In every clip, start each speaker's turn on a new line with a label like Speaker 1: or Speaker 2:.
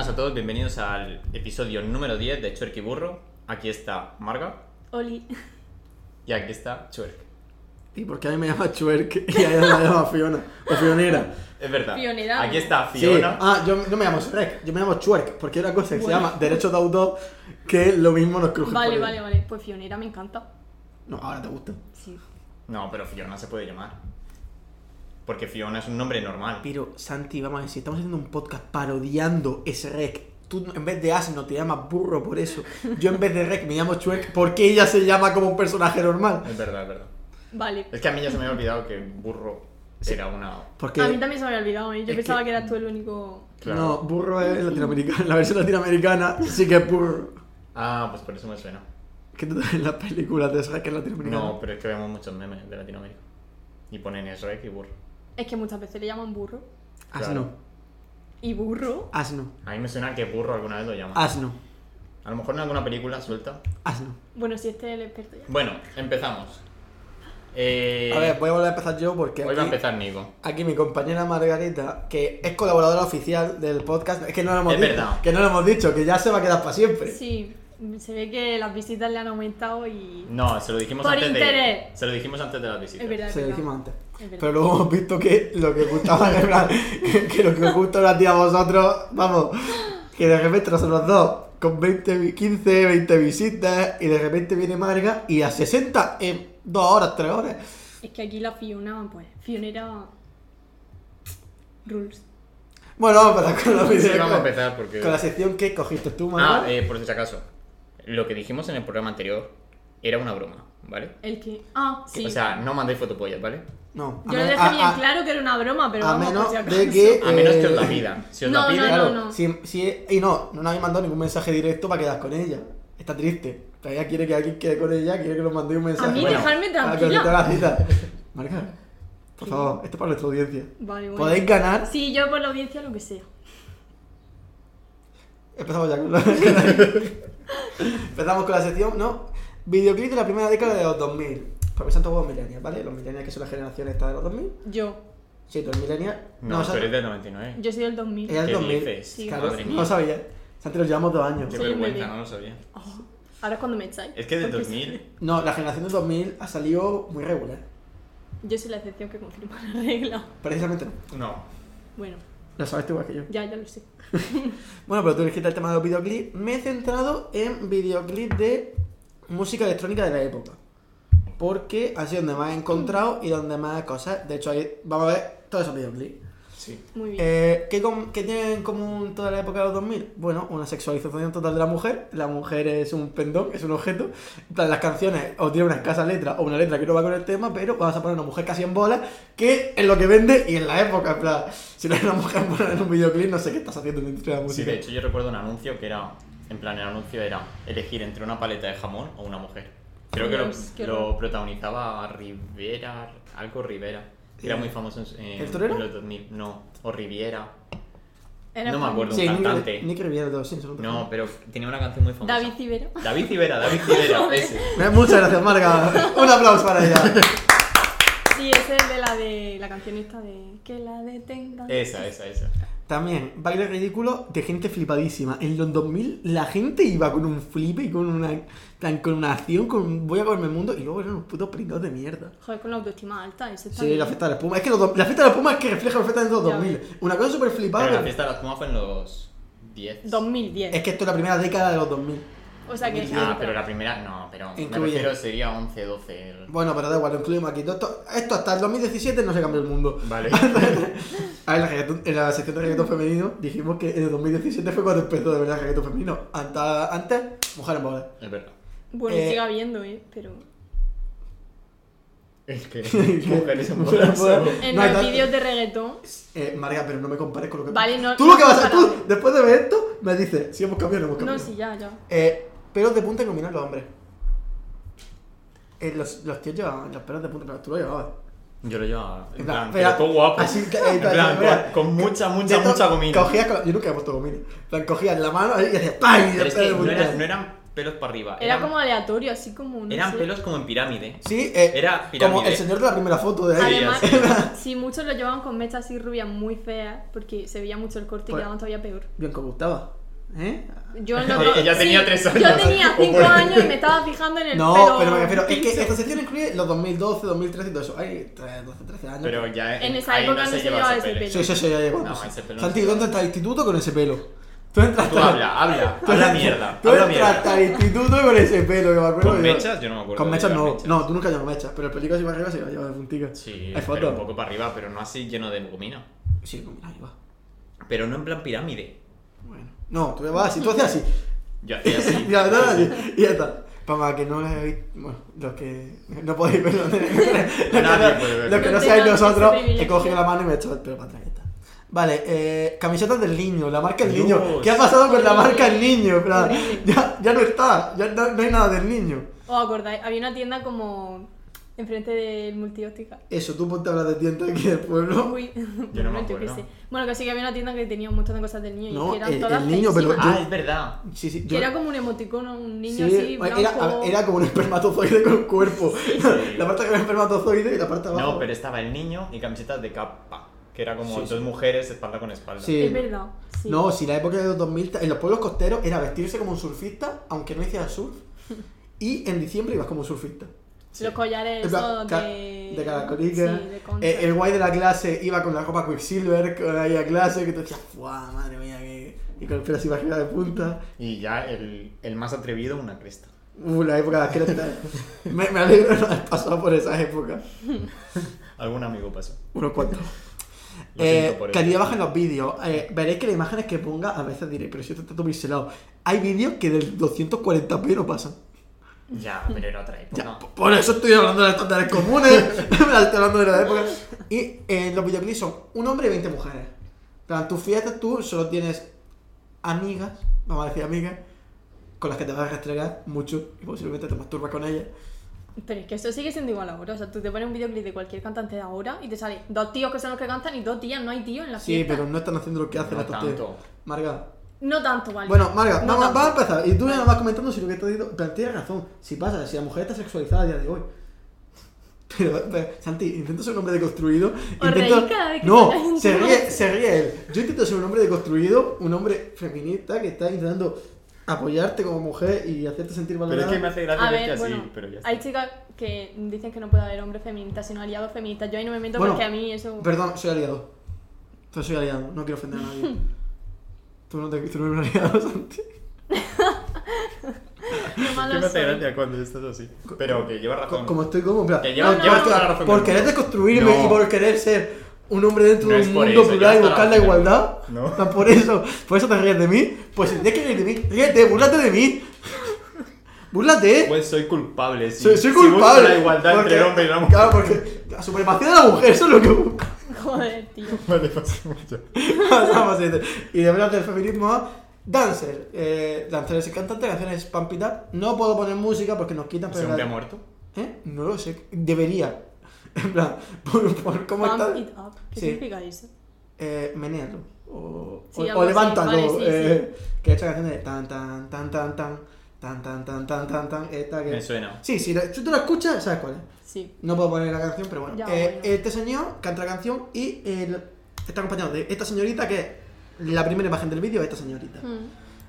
Speaker 1: a todos, bienvenidos al episodio número 10 de Chuerk y Burro. Aquí está Marga
Speaker 2: Oli.
Speaker 1: y aquí está Chuerk.
Speaker 3: ¿Y por qué a mí me llama Chuerk y a ella la llama Fiona? O Fionera.
Speaker 1: Es verdad.
Speaker 2: Pionera.
Speaker 1: Aquí está
Speaker 3: Sí.
Speaker 1: Fiona.
Speaker 3: Ah, yo no me llamo Shrek, yo me llamo Chuerk, porque hay una cosa que
Speaker 2: Bueno.
Speaker 3: se llama derecho de autor que lo mismo nos cruje.
Speaker 2: Vale,
Speaker 3: por
Speaker 2: vale,
Speaker 3: ahí.
Speaker 2: vale. Pues Fionera me encanta.
Speaker 3: No, ahora te gusta.
Speaker 2: Sí.
Speaker 1: No, pero Fiona se puede llamar. Porque Fiona es un nombre normal.
Speaker 3: Pero, Santi, vamos a decir, estamos haciendo un podcast parodiando Shrek. Tú en vez de asno te llamas burro por eso. Yo en vez de Rek me llamo Chuerk porque ella se llama como un personaje normal.
Speaker 1: Es verdad, es verdad.
Speaker 2: Vale.
Speaker 1: Es que a mí ya se me había olvidado que burro era una.
Speaker 3: Porque
Speaker 2: A mí también se me había olvidado, ¿eh? Yo
Speaker 3: Es
Speaker 2: pensaba que...
Speaker 3: que-
Speaker 2: eras tú el único.
Speaker 1: Claro.
Speaker 3: No, burro es latinoamericano. La versión latinoamericana sí que es burro.
Speaker 1: Ah, pues por eso me suena.
Speaker 3: Que tú en las películas de Shrek es latinoamericano.
Speaker 1: No, pero es que vemos muchos memes de Latinoamérica. Y ponen Shrek y burro.
Speaker 2: Es que muchas veces le llaman burro.
Speaker 3: Asno.
Speaker 1: Claro.
Speaker 2: Y burro.
Speaker 3: Asno.
Speaker 1: A mí me suena que burro alguna vez lo llaman.
Speaker 3: Asno.
Speaker 1: A lo mejor en alguna película suelta.
Speaker 3: Asno.
Speaker 2: Bueno, si este es el experto ya.
Speaker 1: Bueno, empezamos. Eh,
Speaker 3: A ver, voy a volver a empezar yo porque
Speaker 1: hoy va a
Speaker 3: aquí,
Speaker 1: empezar Nico.
Speaker 3: aquí mi compañera Margarita, que es colaboradora oficial del podcast, es que no lo hemos
Speaker 1: Es
Speaker 3: dicho,
Speaker 1: verdad.
Speaker 3: que no lo hemos dicho, que ya se va a quedar para siempre.
Speaker 2: Sí, se ve que las visitas le han aumentado y.
Speaker 1: No, se lo dijimos
Speaker 2: Por
Speaker 1: antes de.
Speaker 2: interés.
Speaker 1: Se lo dijimos antes de las visitas.
Speaker 2: Es verdad. es
Speaker 3: Se lo
Speaker 2: verdad.
Speaker 3: dijimos antes.
Speaker 2: Es verdad.
Speaker 3: Pero luego hemos visto que lo que gustaba en plan, que, que lo que os gusta ahora a ti a vosotros, vamos, que de repente nosotros dos, con 20, vi- 15, 20 visitas, y de repente viene Marga y a 60 en 2 horas, 3 horas.
Speaker 2: Es que aquí la Fiona, pues. Fionera. Rules.
Speaker 3: Bueno, vamos a empezar con la
Speaker 1: Sí,
Speaker 3: video.
Speaker 1: vamos a empezar porque.
Speaker 3: Con la sección que cogiste tú, Marga.
Speaker 1: Ah, eh, por si acaso. Lo que dijimos en el programa anterior era una broma, ¿vale?
Speaker 2: El que. Ah, sí.
Speaker 1: O sea, no mandéis fotopollas, ¿vale?
Speaker 3: no,
Speaker 2: Yo lo
Speaker 3: men-
Speaker 2: dejé
Speaker 3: a-
Speaker 2: bien
Speaker 3: a-
Speaker 2: claro que era una broma, pero
Speaker 3: a
Speaker 2: vamos por
Speaker 3: menos
Speaker 2: si acaso.
Speaker 3: de que-
Speaker 1: A menos que os
Speaker 3: Eh,
Speaker 1: la pidan. Si os
Speaker 2: no,
Speaker 1: la
Speaker 2: no,
Speaker 1: piden,
Speaker 3: Claro,
Speaker 2: no.
Speaker 3: Si, si- y no, no nos habéis mandado ningún mensaje directo para quedar con ella. Está triste. O sea, Ella quiere que alguien quede con ella, quiere que nos mandéis un mensaje.
Speaker 2: mí dejarme
Speaker 3: para
Speaker 2: tranquila.
Speaker 3: coordinar la cita. Marca, por favor, esto es para nuestra audiencia.
Speaker 2: Vale, bueno.
Speaker 3: Podéis ganar.
Speaker 2: Sí, yo por la audiencia lo que sea.
Speaker 3: Empezamos ya con la. Empezamos con la sección, ¿no? Videoclip de la primera década de los 2000. Para mí son todos millennials, ¿vale? Los millennials que son la generación esta de los 2000.
Speaker 2: Yo.
Speaker 3: Sí, los millennials.
Speaker 1: No,
Speaker 3: o sea,
Speaker 1: tú eres del 99.
Speaker 2: Yo soy del 2000.
Speaker 3: ella es
Speaker 1: ¿Qué
Speaker 3: 2000.
Speaker 1: dices?
Speaker 2: Sí.
Speaker 3: Claro,
Speaker 1: Madre
Speaker 3: no
Speaker 1: mía.
Speaker 3: lo sabía. Santi, los llevamos dos años.
Speaker 1: Qué
Speaker 2: Soy un
Speaker 1: vergüenza,
Speaker 2: bebé.
Speaker 1: no lo sabía.
Speaker 2: Oh, ahora es cuando me echáis.
Speaker 1: Es que de
Speaker 2: Porque
Speaker 1: 2000.
Speaker 3: No, la generación del 2000 ha salido muy regular.
Speaker 2: Yo soy la excepción que confirma la regla.
Speaker 3: Precisamente no.
Speaker 1: No.
Speaker 2: Bueno,
Speaker 3: Lo sabes tú igual que yo.
Speaker 2: ya, ya lo sé.
Speaker 3: Bueno, pero tú elegiste el tema de los videoclips. Me he centrado en videoclips de música electrónica de la época. Porque ha sido donde más he encontrado y donde más cosas. De hecho, ahí vamos a ver todos esos videoclips.
Speaker 1: Sí.
Speaker 2: Muy bien.
Speaker 3: Eh, ¿qué, com- qué tienen en común toda la época de los 2000? Bueno, una sexualización total de la mujer. La mujer es un pendón, es un objeto. En plan, Las canciones o tienen una escasa letra o una letra que no va con el tema, pero vas a poner una mujer casi en bola, que es lo que vende y en la época. En plan, si no hay una mujer en bola en un videoclip, no sé qué estás haciendo en la industria de la
Speaker 1: Pues Sí,
Speaker 3: música.
Speaker 1: de hecho yo recuerdo un anuncio que era, en plan, el anuncio era elegir entre una paleta de jamón o una mujer. Creo que
Speaker 2: Dios, qué
Speaker 1: lo, lo
Speaker 2: horror.
Speaker 1: protagonizaba Rivera, algo Rivera, que era muy famoso en, su- en
Speaker 3: Eh, ¿El torero?
Speaker 1: los 2000, no, o Riviera,
Speaker 2: Era
Speaker 1: no me
Speaker 2: fan-
Speaker 1: acuerdo.
Speaker 3: Sí, Nick-
Speaker 1: cantante.
Speaker 3: Nick Riviera de los Simpsons.
Speaker 1: no, pero tenía una canción muy famosa.
Speaker 2: David Civera.
Speaker 1: David Rivera, David Rivera, ese.
Speaker 3: Eh, Muchas gracias, Marga. Un aplauso para ella.
Speaker 2: Sí, ese es el de la de la canción esta de que la detengan.
Speaker 1: Esa, esa, esa.
Speaker 3: También, baile ridículo de gente flipadísima. En los 2000 la gente iba con un flipe y con una, tan- con una acción, con un voy a comerme el mundo y luego eran unos putos pringados de mierda.
Speaker 2: Joder, con la autoestima alta, ese está
Speaker 3: Sí,
Speaker 2: bien.
Speaker 3: la fiesta de la espuma. Es que los do- la fiesta de la espuma es que refleja perfectamente los
Speaker 2: Ya
Speaker 3: 2000.
Speaker 2: ves.
Speaker 3: Una cosa súper flipada.
Speaker 1: Pero la
Speaker 3: pero-
Speaker 1: fiesta de las Pumas fue en los 10.
Speaker 2: 2010.
Speaker 3: Es que esto es la primera década de los 2000.
Speaker 2: O sea que.
Speaker 1: Ah, pero la primera, no, pero me
Speaker 3: Incluye.
Speaker 1: refiero sería 11, 12. el-
Speaker 3: Bueno, pero da igual, lo incluimos aquí. Todo Esto, esto hasta el 2017 no se cambió el mundo.
Speaker 1: Vale.
Speaker 3: A ver, la reggaetón- en la sección de reggaetón femenino dijimos que en el 2017 fue cuando empezó de verdad el reggaetón femenino. Anta- Antes, mujer en bola.
Speaker 1: Es verdad.
Speaker 2: Bueno,
Speaker 3: eh,
Speaker 2: sigue habiendo, ¿eh? Pero.
Speaker 1: Es que mujeres
Speaker 3: Mujeres
Speaker 1: son
Speaker 3: en bola.
Speaker 2: En
Speaker 3: No,
Speaker 2: los
Speaker 3: entonces-
Speaker 2: vídeos de reggaetón.
Speaker 3: Eh, María, pero no me compares con lo que...
Speaker 2: Vale, no-
Speaker 3: Tú lo
Speaker 2: no
Speaker 3: que vas a... Tú,
Speaker 2: comparable.
Speaker 3: después de ver esto, me dices si hemos cambiado o no hemos
Speaker 2: No,
Speaker 3: cambiado.
Speaker 2: sí, ya, ya.
Speaker 3: Eh, pelos de punta combinan los hombres. Eh, los, los tíos llevaban los pelos de punta, pero tú lo llevabas.
Speaker 1: Yo lo llevaba. En
Speaker 3: En
Speaker 1: plan,
Speaker 3: plan,
Speaker 1: pero
Speaker 3: espera,
Speaker 1: qué guapo.
Speaker 3: así, eh,
Speaker 1: en
Speaker 3: tal,
Speaker 1: plan, con,
Speaker 3: espera.
Speaker 1: con mucha, mucha,
Speaker 3: Esto,
Speaker 1: mucha comida.
Speaker 3: Cogías con- Yo nunca he puesto comida. En plan, cogías la mano y hacías ¡pam! Y
Speaker 1: Pero es
Speaker 3: los
Speaker 1: que
Speaker 3: pelos de
Speaker 1: no,
Speaker 3: punta.
Speaker 1: eran- no eran pelos para arriba.
Speaker 2: Era
Speaker 1: eran,
Speaker 2: como aleatorio, así como. No
Speaker 1: eran
Speaker 2: sé.
Speaker 1: pelos como en pirámide.
Speaker 3: Sí, eh,
Speaker 1: Era
Speaker 3: como
Speaker 1: pirámide.
Speaker 3: el señor de la primera foto de ahí.
Speaker 2: Además,
Speaker 1: Sí,
Speaker 2: sí, muchos lo llevaban con mechas así rubias muy feas, porque se veía mucho el corte y
Speaker 3: Pues-
Speaker 2: quedaban todavía peor.
Speaker 3: Bien, como gustaba. ¿Eh?
Speaker 2: Yo no
Speaker 1: Oye, ella tenía tres años.
Speaker 2: Yo tenía cinco
Speaker 1: Ojo.
Speaker 2: años y me estaba fijando en el
Speaker 3: No,
Speaker 2: pelo.
Speaker 3: pero me refiero, es
Speaker 2: liso.
Speaker 3: que esta sección incluye los 2012, 2013 y todo eso. Hay 12, 13 años.
Speaker 1: Pero ya
Speaker 2: En esa
Speaker 1: ahí
Speaker 2: época no se llevaba ese pelo.
Speaker 3: Sí, sí, sí, ya llevo.
Speaker 1: No, ese pelo no
Speaker 3: Santi,
Speaker 1: se
Speaker 3: ¿dónde
Speaker 1: lleva.
Speaker 3: entras al instituto con ese pelo? Tú entras
Speaker 1: Tú habla, habla,
Speaker 3: tú
Speaker 1: habla
Speaker 3: entras-
Speaker 1: mierda.
Speaker 3: Tú
Speaker 1: habla
Speaker 3: entras
Speaker 1: mierda.
Speaker 3: al instituto con ese pelo, que me acuerdo.
Speaker 1: ¿Con
Speaker 3: yo.
Speaker 1: mechas? Yo no me acuerdo
Speaker 3: Con
Speaker 1: de
Speaker 3: mechas
Speaker 1: llevar
Speaker 3: no.
Speaker 1: mechas.
Speaker 3: No, tú nunca llevas mechas, pero el pelico así para arriba se iba a llevar de puntica.
Speaker 1: Sí,
Speaker 3: Hay
Speaker 1: pero un
Speaker 3: fotos.
Speaker 1: poco para arriba, pero no así lleno de gomina.
Speaker 3: Sí, con mira, iba.
Speaker 1: Pero no en plan pirámide.
Speaker 3: Bueno. No, tú llevas así, tú hacías así.
Speaker 1: Yo hacía así.
Speaker 3: Y la verdad, así, y ya está. Para que no les veáis, bueno, los que no podéis ver, los que
Speaker 1: Nadie puede
Speaker 3: no,
Speaker 1: ver.
Speaker 3: los que no
Speaker 2: No
Speaker 3: seáis
Speaker 2: tengan
Speaker 3: nosotros,
Speaker 2: ese privilegio.
Speaker 3: he cogido la mano y me he echado el pelo para atrás. ya está. Vale, eh, camisetas del niño, la marca del niño.
Speaker 1: Dios.
Speaker 3: ¿Qué ha pasado con la marca del niño? En plan,
Speaker 2: Horrible.
Speaker 3: ya, ya no está, ya no, no hay nada del niño.
Speaker 2: ¿Os acordáis? Había una tienda como enfrente del multióptica.
Speaker 3: Eso, tú ponte a hablar de tienda aquí del pueblo.
Speaker 2: Uy,
Speaker 1: Yo no me
Speaker 2: bueno, yo qué
Speaker 1: acuerdo.
Speaker 2: sé. Bueno, que sí que había una tienda que tenía un montón de cosas del niño y
Speaker 3: No,
Speaker 2: que eran
Speaker 3: el-
Speaker 2: todas
Speaker 3: el niño, pero
Speaker 2: feísimas.
Speaker 1: Ah, es verdad.
Speaker 3: Sí, sí,
Speaker 2: Que
Speaker 3: yo-
Speaker 2: era como un emoticono, un niño
Speaker 3: sí,
Speaker 2: así, blanco.
Speaker 3: era, era como un espermatozoide con cuerpo.
Speaker 1: sí.
Speaker 3: La parte que era espermatozoide y la parte de abajo.
Speaker 1: No, pero estaba el niño y camisetas de capa. Que era como
Speaker 3: Sí,
Speaker 1: dos
Speaker 3: sí.
Speaker 1: mujeres espalda con espalda.
Speaker 3: Sí.
Speaker 2: Es verdad, sí.
Speaker 3: No, si la época de los 2000, en los pueblos costeros era vestirse como un surfista, aunque no hiciera surf, y en diciembre ibas como surfista.
Speaker 1: Sí.
Speaker 2: Los collares
Speaker 3: En plan,
Speaker 2: esos
Speaker 3: ca-
Speaker 2: de...
Speaker 3: de caracolica.
Speaker 2: Sí, de concha.
Speaker 3: Eh, el guay de la clase iba con la ropa Quicksilver, con ahí a clase, que tú decías, ¡fuah, madre mía! Que... Y con el pelo así para arriba de punta.
Speaker 1: Y ya el, el más atrevido, una cresta.
Speaker 3: Uh, la época de las cretas. me, me alegro de no haber pasado por esas épocas.
Speaker 1: Algún amigo pasó.
Speaker 3: Unos cuantos.
Speaker 1: Lo
Speaker 3: Eh,
Speaker 1: siento por él.
Speaker 3: calidad baja en los vídeos. Eh, veréis que las imágenes que ponga a veces diréis, pero si esto está todo pixelado. Hay vídeos que del 240p no pasan.
Speaker 1: Ya, pero era otra época.
Speaker 3: Ya, p- Por eso estoy hablando de las estándares comunes, estoy hablando de la época. Y eh, los videoclips son un hombre y 20 mujeres. En plan, tus fiestas tú solo tienes amigas, vamos a decir amigas, con las que te vas a rastrear mucho y posiblemente te masturbas con ellas.
Speaker 2: Pero es que eso sigue siendo igual ahora. O sea, tú te pones un videoclip de cualquier cantante de ahora y te sale dos tíos que son los que cantan y dos tías. No hay tíos en la
Speaker 3: Sí,
Speaker 2: fiesta.
Speaker 3: pero no están haciendo lo que hacen
Speaker 1: No
Speaker 3: hasta ustedes.
Speaker 1: tanto.
Speaker 3: Marga.
Speaker 2: No tanto, ¿vale?
Speaker 3: Bueno, Marga,
Speaker 2: No
Speaker 3: vamos,
Speaker 2: tanto.
Speaker 3: vamos a empezar. Y tú ya nos vas comentando si lo que te he dicho. Pero tienes razón. Si pasa, si la mujer está sexualizada a día de hoy. Pero, pero, Santi, intento ser un hombre deconstruido.
Speaker 2: Os
Speaker 3: Intento...
Speaker 2: reís cada vez que
Speaker 3: no,
Speaker 2: sacáis un
Speaker 3: se
Speaker 2: tema.
Speaker 3: ríe, se ríe él. Yo intento ser un hombre deconstruido, un hombre feminista que está intentando apoyarte como mujer y hacerte sentir
Speaker 1: Pero
Speaker 3: valorada.
Speaker 1: es que me hace gracia
Speaker 2: A
Speaker 1: verte
Speaker 2: ver,
Speaker 1: así,
Speaker 2: bueno,
Speaker 1: pero ya está.
Speaker 2: hay chicas que dicen que no puede haber hombres feministas, sino aliados feministas. Yo ahí no me meto
Speaker 3: Bueno,
Speaker 2: porque a mí eso...
Speaker 3: Perdón, soy aliado. Yo soy aliado, no quiero ofender a nadie. tú no te tú no eres un aliado, Santi.
Speaker 2: Qué malo
Speaker 1: ¿Qué me hace
Speaker 2: soy.
Speaker 1: gracia cuando estás así? Pero que lleva
Speaker 3: Co-
Speaker 1: razón.
Speaker 3: Como estoy como, en plan,
Speaker 1: Que lleva-
Speaker 3: no,
Speaker 1: lleva
Speaker 3: no,
Speaker 1: toda la
Speaker 3: por-
Speaker 1: razón
Speaker 3: Por
Speaker 1: del
Speaker 3: querer
Speaker 1: mundo.
Speaker 3: desconstruirme
Speaker 1: No.
Speaker 3: y por querer ser un hombre dentro
Speaker 1: No
Speaker 3: de
Speaker 1: es
Speaker 3: un
Speaker 1: por
Speaker 3: mundo
Speaker 1: eso,
Speaker 3: plural
Speaker 1: ya
Speaker 3: y
Speaker 1: está la
Speaker 3: buscar la
Speaker 1: razón.
Speaker 3: igualdad.
Speaker 1: No.
Speaker 3: O sea, por eso, por eso te ríes de mí. Pues si tienes que reír de mí, ríete, búrlate de mí. Búrlate.
Speaker 1: Pues soy culpable. Si,
Speaker 3: soy, soy
Speaker 1: si busco
Speaker 3: culpable.
Speaker 1: la igualdad
Speaker 3: Porque-
Speaker 1: entre el hombre y la mujer.
Speaker 3: Claro, porque la supremacía de la mujer, eso es lo que busca.
Speaker 2: Joder, tío.
Speaker 1: Vale, pasa mucho.
Speaker 3: Pasamos a este. y de hablar del feminismo a Dancer. Eh, dancer es el cantante, canciones Pampita. No puedo poner música porque nos quitan,
Speaker 1: ¿Se
Speaker 3: pero.
Speaker 1: hunde
Speaker 3: la-
Speaker 1: muerto?
Speaker 3: ¿Eh? No lo sé. Debería. En plan, por, por cómo
Speaker 2: Pump
Speaker 3: está.
Speaker 2: it up. ¿Qué
Speaker 3: Sí.
Speaker 2: significa eso?
Speaker 3: Eh, menéalo. O,
Speaker 2: Sí,
Speaker 3: o-
Speaker 2: algo
Speaker 3: o
Speaker 2: así,
Speaker 3: levántalo.
Speaker 2: vale, sí,
Speaker 3: eh, Que esta canción de tan tan tan tan tan tan tan tan tan tan tan esta que.
Speaker 1: Me suena.
Speaker 3: Sí, sí, la- si tú la escuchas, sabes cuál es.
Speaker 2: Sí.
Speaker 3: No puedo poner la canción, pero bueno.
Speaker 2: Ya,
Speaker 3: Eh,
Speaker 2: bueno.
Speaker 3: Este señor canta la canción y el- está acompañado de esta señorita que es la primera imagen del vídeo, esta señorita.
Speaker 2: Mm,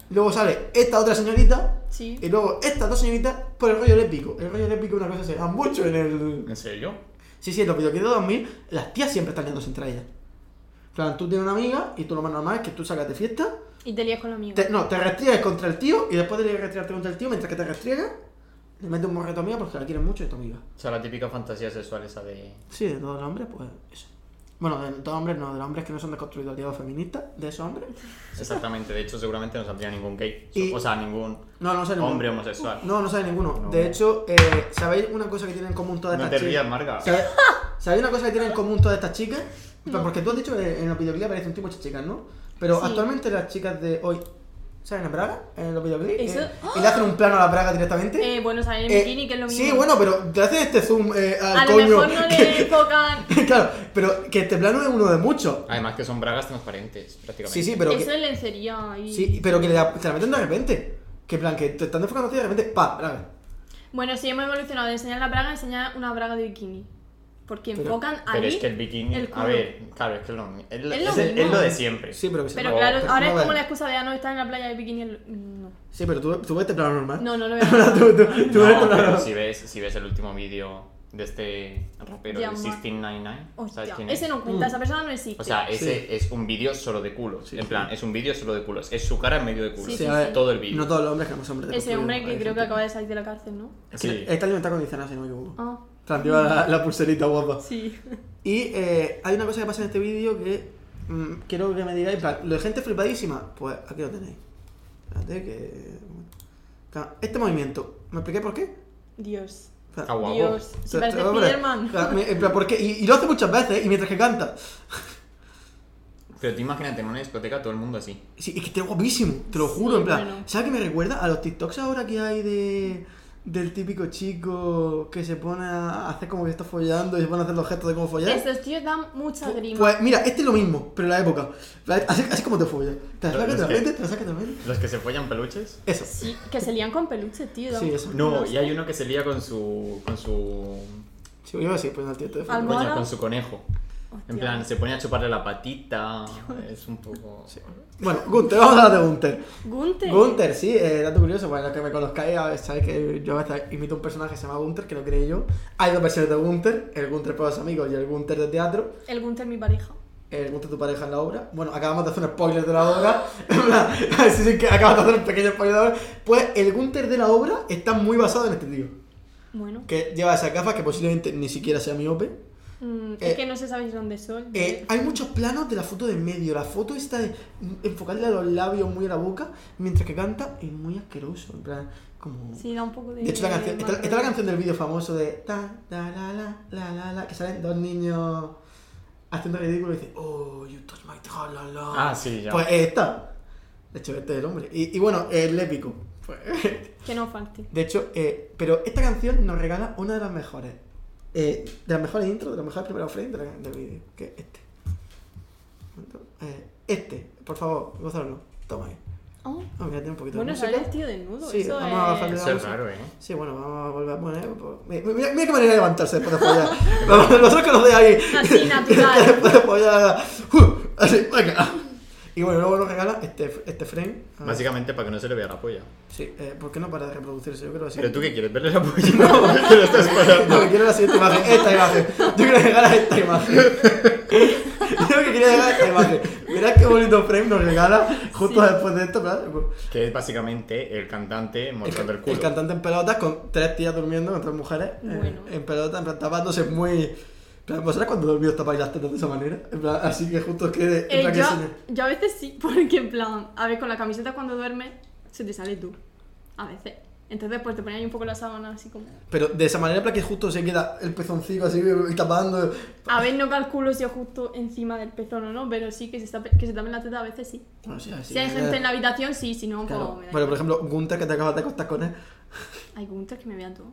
Speaker 3: Luego sale esta otra señorita
Speaker 2: Sí.
Speaker 3: y luego estas dos señoritas por el rollo lésbico. El rollo lésbico es una cosa que se da mucho en el.
Speaker 1: ¿En serio?
Speaker 3: Sí, sí, en los videoclips de 2000, las tías siempre están liándose entre ellas. En plan, tú tienes una amiga y tú lo más normal es que tú sacas de fiesta,
Speaker 2: Y te lías con los amigos.
Speaker 3: te- no, te restriegas contra el tío y después de restregarte contra el tío, mientras que te restriegas, le metes un morreto a tu amiga porque la quieres mucho y tu amiga.
Speaker 1: O sea, la típica fantasía sexual esa de...
Speaker 3: Sí, de todos los hombres, pues eso. Bueno, de todos los hombres no, de los hombres que no son desconstruidos, digo, feministas, de esos hombres.
Speaker 1: Exactamente, de hecho seguramente no saldría ningún gay.
Speaker 3: Y-
Speaker 1: O sea, ningún
Speaker 3: No, no sabe ninguno.
Speaker 1: hombre homosexual.
Speaker 3: No, no sabe ninguno.
Speaker 1: No.
Speaker 3: De hecho, eh, ¿sabéis una cosa que tienen en común todas
Speaker 1: No te
Speaker 3: estas chicas?
Speaker 1: rías, Marga.
Speaker 3: ¿Sabe- ¿Sabéis una cosa que tienen en común todas estas chicas? Pero Porque tú has dicho que en los videoclips aparecen un tipo de chicas, ¿no? Pero
Speaker 2: Sí.
Speaker 3: actualmente las chicas de hoy salen en braga en los videoclips
Speaker 2: Eso-
Speaker 3: eh, y le hacen un plano a la braga directamente.
Speaker 2: Eh, bueno, salen en
Speaker 3: Eh,
Speaker 2: bikini, que es lo mismo.
Speaker 3: Sí, bueno, pero te hacen este zoom eh, al
Speaker 2: A lo
Speaker 3: coño.
Speaker 2: mejor no le
Speaker 3: que-
Speaker 2: enfocan...
Speaker 3: claro, pero que este plano es uno de muchos.
Speaker 1: Además que son bragas transparentes, prácticamente.
Speaker 3: Sí, sí, pero
Speaker 2: Eso
Speaker 3: que,
Speaker 2: es lencería y...
Speaker 3: sí, pero que la- te la meten de repente. Que en plan, que te están enfocando a ti y de repente, pa, braga.
Speaker 2: Bueno, sí, hemos evolucionado de enseñar la braga a enseñar una braga de bikini. Porque
Speaker 3: Pero-
Speaker 2: enfocan
Speaker 1: Pero
Speaker 2: ahí
Speaker 1: es que el bikini.
Speaker 2: el
Speaker 1: a
Speaker 2: culo.
Speaker 1: ver, claro, es que es lo, es lo-
Speaker 2: Es lo
Speaker 1: es el-
Speaker 2: mismo.
Speaker 1: es lo de siempre.
Speaker 3: Sí, pero que se-
Speaker 2: Pero
Speaker 1: No,
Speaker 2: claro,
Speaker 3: pero
Speaker 2: ahora
Speaker 3: no
Speaker 2: es como
Speaker 3: ven.
Speaker 2: la excusa de ah, no estar en la playa de bikini. el- No,
Speaker 3: Sí, pero tú, tú ves este plano normal.
Speaker 2: no, no lo veo.
Speaker 3: tú, tú, tú
Speaker 1: No,
Speaker 3: ves este plano
Speaker 1: pero
Speaker 3: normal.
Speaker 1: si ves, si ves el último vídeo de este rapero, de
Speaker 2: Llama-
Speaker 1: 1699, ¿sabes
Speaker 2: Hostia,
Speaker 1: quién es?
Speaker 2: Oh, ese no cuenta,
Speaker 3: Mm.
Speaker 2: esa persona no existe.
Speaker 1: O sea, ese
Speaker 3: Sí.
Speaker 1: es un vídeo solo de culos.
Speaker 3: Sí,
Speaker 1: en
Speaker 3: sí.
Speaker 1: plan, es un vídeo solo de culos. Es su cara en medio de culos.
Speaker 2: Sí,
Speaker 3: Sí,
Speaker 2: sí,
Speaker 3: a ver,
Speaker 2: sí.
Speaker 1: Todo el vídeo.
Speaker 3: No todos los hombres que no son hombres.
Speaker 2: ese
Speaker 3: deportivos,
Speaker 2: hombre que
Speaker 3: hay
Speaker 2: creo que
Speaker 3: gente.
Speaker 2: acaba de salir de la cárcel, ¿no?
Speaker 1: Sí.
Speaker 3: Esta alimenta condicionada, si no me equivoco.
Speaker 2: Ah,
Speaker 3: Trantiva la, la pulserita guapa.
Speaker 2: sí.
Speaker 3: Y eh, hay una cosa que pasa en este vídeo que mm, quiero que me digáis, en plan, lo de gente flipadísima, pues aquí lo tenéis. Espérate que... Claro, Este movimiento, ¿me expliqué por qué?
Speaker 2: Dios.
Speaker 3: O sea,
Speaker 1: Ah, guapo.
Speaker 2: Dios. Se
Speaker 3: te-
Speaker 2: parece
Speaker 3: te- hombre,
Speaker 2: Spiderman.
Speaker 3: o sea, me- en plan, ¿por qué? Y, y lo hace muchas veces, y mientras que canta.
Speaker 1: Pero tú imagínate en una discoteca todo el mundo así.
Speaker 3: Sí, es que está guapísimo, te lo
Speaker 2: Sí,
Speaker 3: juro, en plan.
Speaker 2: bueno.
Speaker 3: ¿Sabes qué me recuerda? A los TikToks ahora que hay de. Del típico chico que se pone a hacer como que está follando y se pone a hacer los gestos de cómo follar.
Speaker 2: Estos tíos dan mucha grima.
Speaker 3: Pues mira, este es lo mismo, pero en la época. Así, así como te follas. Te la
Speaker 1: Pero
Speaker 3: sacas, te
Speaker 1: es
Speaker 3: la
Speaker 1: que-
Speaker 3: metes, te la sacas, te la metes.
Speaker 1: ¿Los que se follan peluches?
Speaker 3: Eso.
Speaker 2: Sí, que se lían con peluches, tío. dan-
Speaker 3: Sí, eso.
Speaker 1: No, y hay uno que se lía con su. con su.
Speaker 3: Sí, yo iba a decir, pues al tío te de
Speaker 2: Al-
Speaker 3: follar.
Speaker 1: coño,
Speaker 2: ¿Almohada?
Speaker 1: con su conejo.
Speaker 2: Hostia.
Speaker 1: En plan, se pone a chuparle la patita. Es un poco.
Speaker 3: Sí. Bueno, Gunter, vamos a hablar de Gunter.
Speaker 2: Gunter.
Speaker 3: Gunter, sí, eh, dato curioso, bueno, los que me conozcáis, a ver, sabéis que yo hasta imito un personaje que se llama Gunter, que lo creé yo. Hay dos versiones de Gunter, el Gunter para los amigos y el Gunter de teatro.
Speaker 2: El Gunter, mi pareja.
Speaker 3: El gusto de eh, tu pareja en la obra. Bueno, acabamos de hacer un spoiler de la obra. Así que acabamos de hacer un pequeño spoiler de la obra. Pues el Gunter de la obra está muy basado en este tío.
Speaker 2: Bueno.
Speaker 3: Que lleva esas gafas que posiblemente ni siquiera sea miope.
Speaker 2: Mm,
Speaker 3: Eh,
Speaker 2: es que no se sabe si son de sol. de-
Speaker 3: Eh, hay muchos planos de la foto de en medio. La foto está de enfocarle a los labios muy a la boca mientras que canta es muy asqueroso. En plan, como.
Speaker 2: Sí, da un poco de.
Speaker 3: De hecho, la canción, está,
Speaker 2: mal-
Speaker 3: está la canción del vídeo famoso de ta, ta, la, la, la, la, la, que salen dos niños haciendo ridículo y dicen, oh, you touch my heart, la, la.
Speaker 1: Ah, sí, ya.
Speaker 3: Pues esta. De hecho, este es el hombre. Y, y bueno, el épico. Pues,
Speaker 2: Que no falte.
Speaker 3: de hecho, eh, pero esta canción nos regala una de las mejores. eh, de las mejores intros, de las mejores primeras frames de la- del vídeo, que es este. Un momento. Eh, este, por favor, gozarlo. Toma ahí.
Speaker 2: Oh,
Speaker 3: Ah, mira, tiene un poquito
Speaker 2: Bueno,
Speaker 3: de música.
Speaker 2: sale este. el tío desnudo.
Speaker 3: Sí,
Speaker 2: eso
Speaker 3: vamos a bajarle
Speaker 2: es.
Speaker 1: Eso es raro, ¿eh?
Speaker 3: Sí, bueno, eh, vamos a volver a poner. por- Mira, mira, mira qué manera de levantarse después de follar. Vamos, Nosotros que nos de ahí.
Speaker 2: Así, natural.
Speaker 3: después de follar. ¡uh! así, venga. Y bueno, luego nos regala este, este frame. Ah,
Speaker 1: Básicamente para que no se le vea la polla.
Speaker 3: Sí, eh, ¿por qué no para de reproducirse? Yo creo así.
Speaker 1: ¿Pero tú qué quieres? ¿Verle la polla? No, te lo estás
Speaker 3: Lo que
Speaker 1: parando.
Speaker 3: quiero es la siguiente imagen. Esta imagen. Yo quiero llegar a esta imagen. Yo lo que quería llegar a esta imagen. Mirad qué bonito frame nos regala justo
Speaker 2: Sí.
Speaker 3: después de esto, Pues, claro.
Speaker 1: Que es básicamente el cantante mostrando el, culo.
Speaker 3: cantante en pelotas con tres tías durmiendo con tres mujeres eh,
Speaker 2: Bueno.
Speaker 3: en pelotas, en plan tapándose muy. en plan, ¿Vosotras cuando dormís tapáis las tetas de esa manera? En plan, así que justo quede. en
Speaker 2: Eh,
Speaker 3: plan, que
Speaker 2: yo,
Speaker 3: se-
Speaker 2: yo a veces sí, porque en plan, a ver, con la camiseta cuando duermes, se te sale tú. A veces. Entonces, pues te ponías ahí un poco la sábana así como.
Speaker 3: Pero de esa manera, en plan que justo se queda el pezoncito así y tapando.
Speaker 2: A ver, no calculo si es justo encima del pezón o no, pero sí que se, está, que se tapen la teta a veces sí.
Speaker 3: Bueno, sí, así,
Speaker 2: si hay
Speaker 3: eh,
Speaker 2: gente en la habitación, sí, si no,
Speaker 3: claro.
Speaker 2: pues me da
Speaker 3: Bueno, por
Speaker 2: igual.
Speaker 3: ejemplo, Gunther que te acabas de acostar con él.
Speaker 2: Hay Gunter que me vean todo.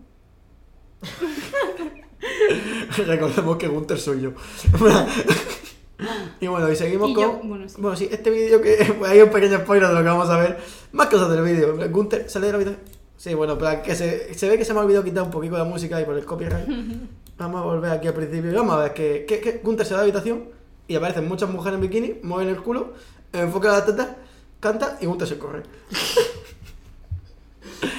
Speaker 3: Recordemos que Gunther soy yo. y bueno, y seguimos
Speaker 2: Y
Speaker 3: con.
Speaker 2: yo- bueno, sí.
Speaker 3: este vídeo que. pues, hay un pequeño spoiler de lo que vamos a ver. Más cosas del vídeo. Gunther sale de la habitación. Sí, bueno, pero que se, se ve que se me ha olvidado quitar un poquito la música y por el copyright. Vamos a volver aquí al principio. y Vamos a ver que, que, que Gunther se va a la habitación y aparecen muchas mujeres en bikini, mueven el culo, enfocan las tetas, canta y Gunther se corre.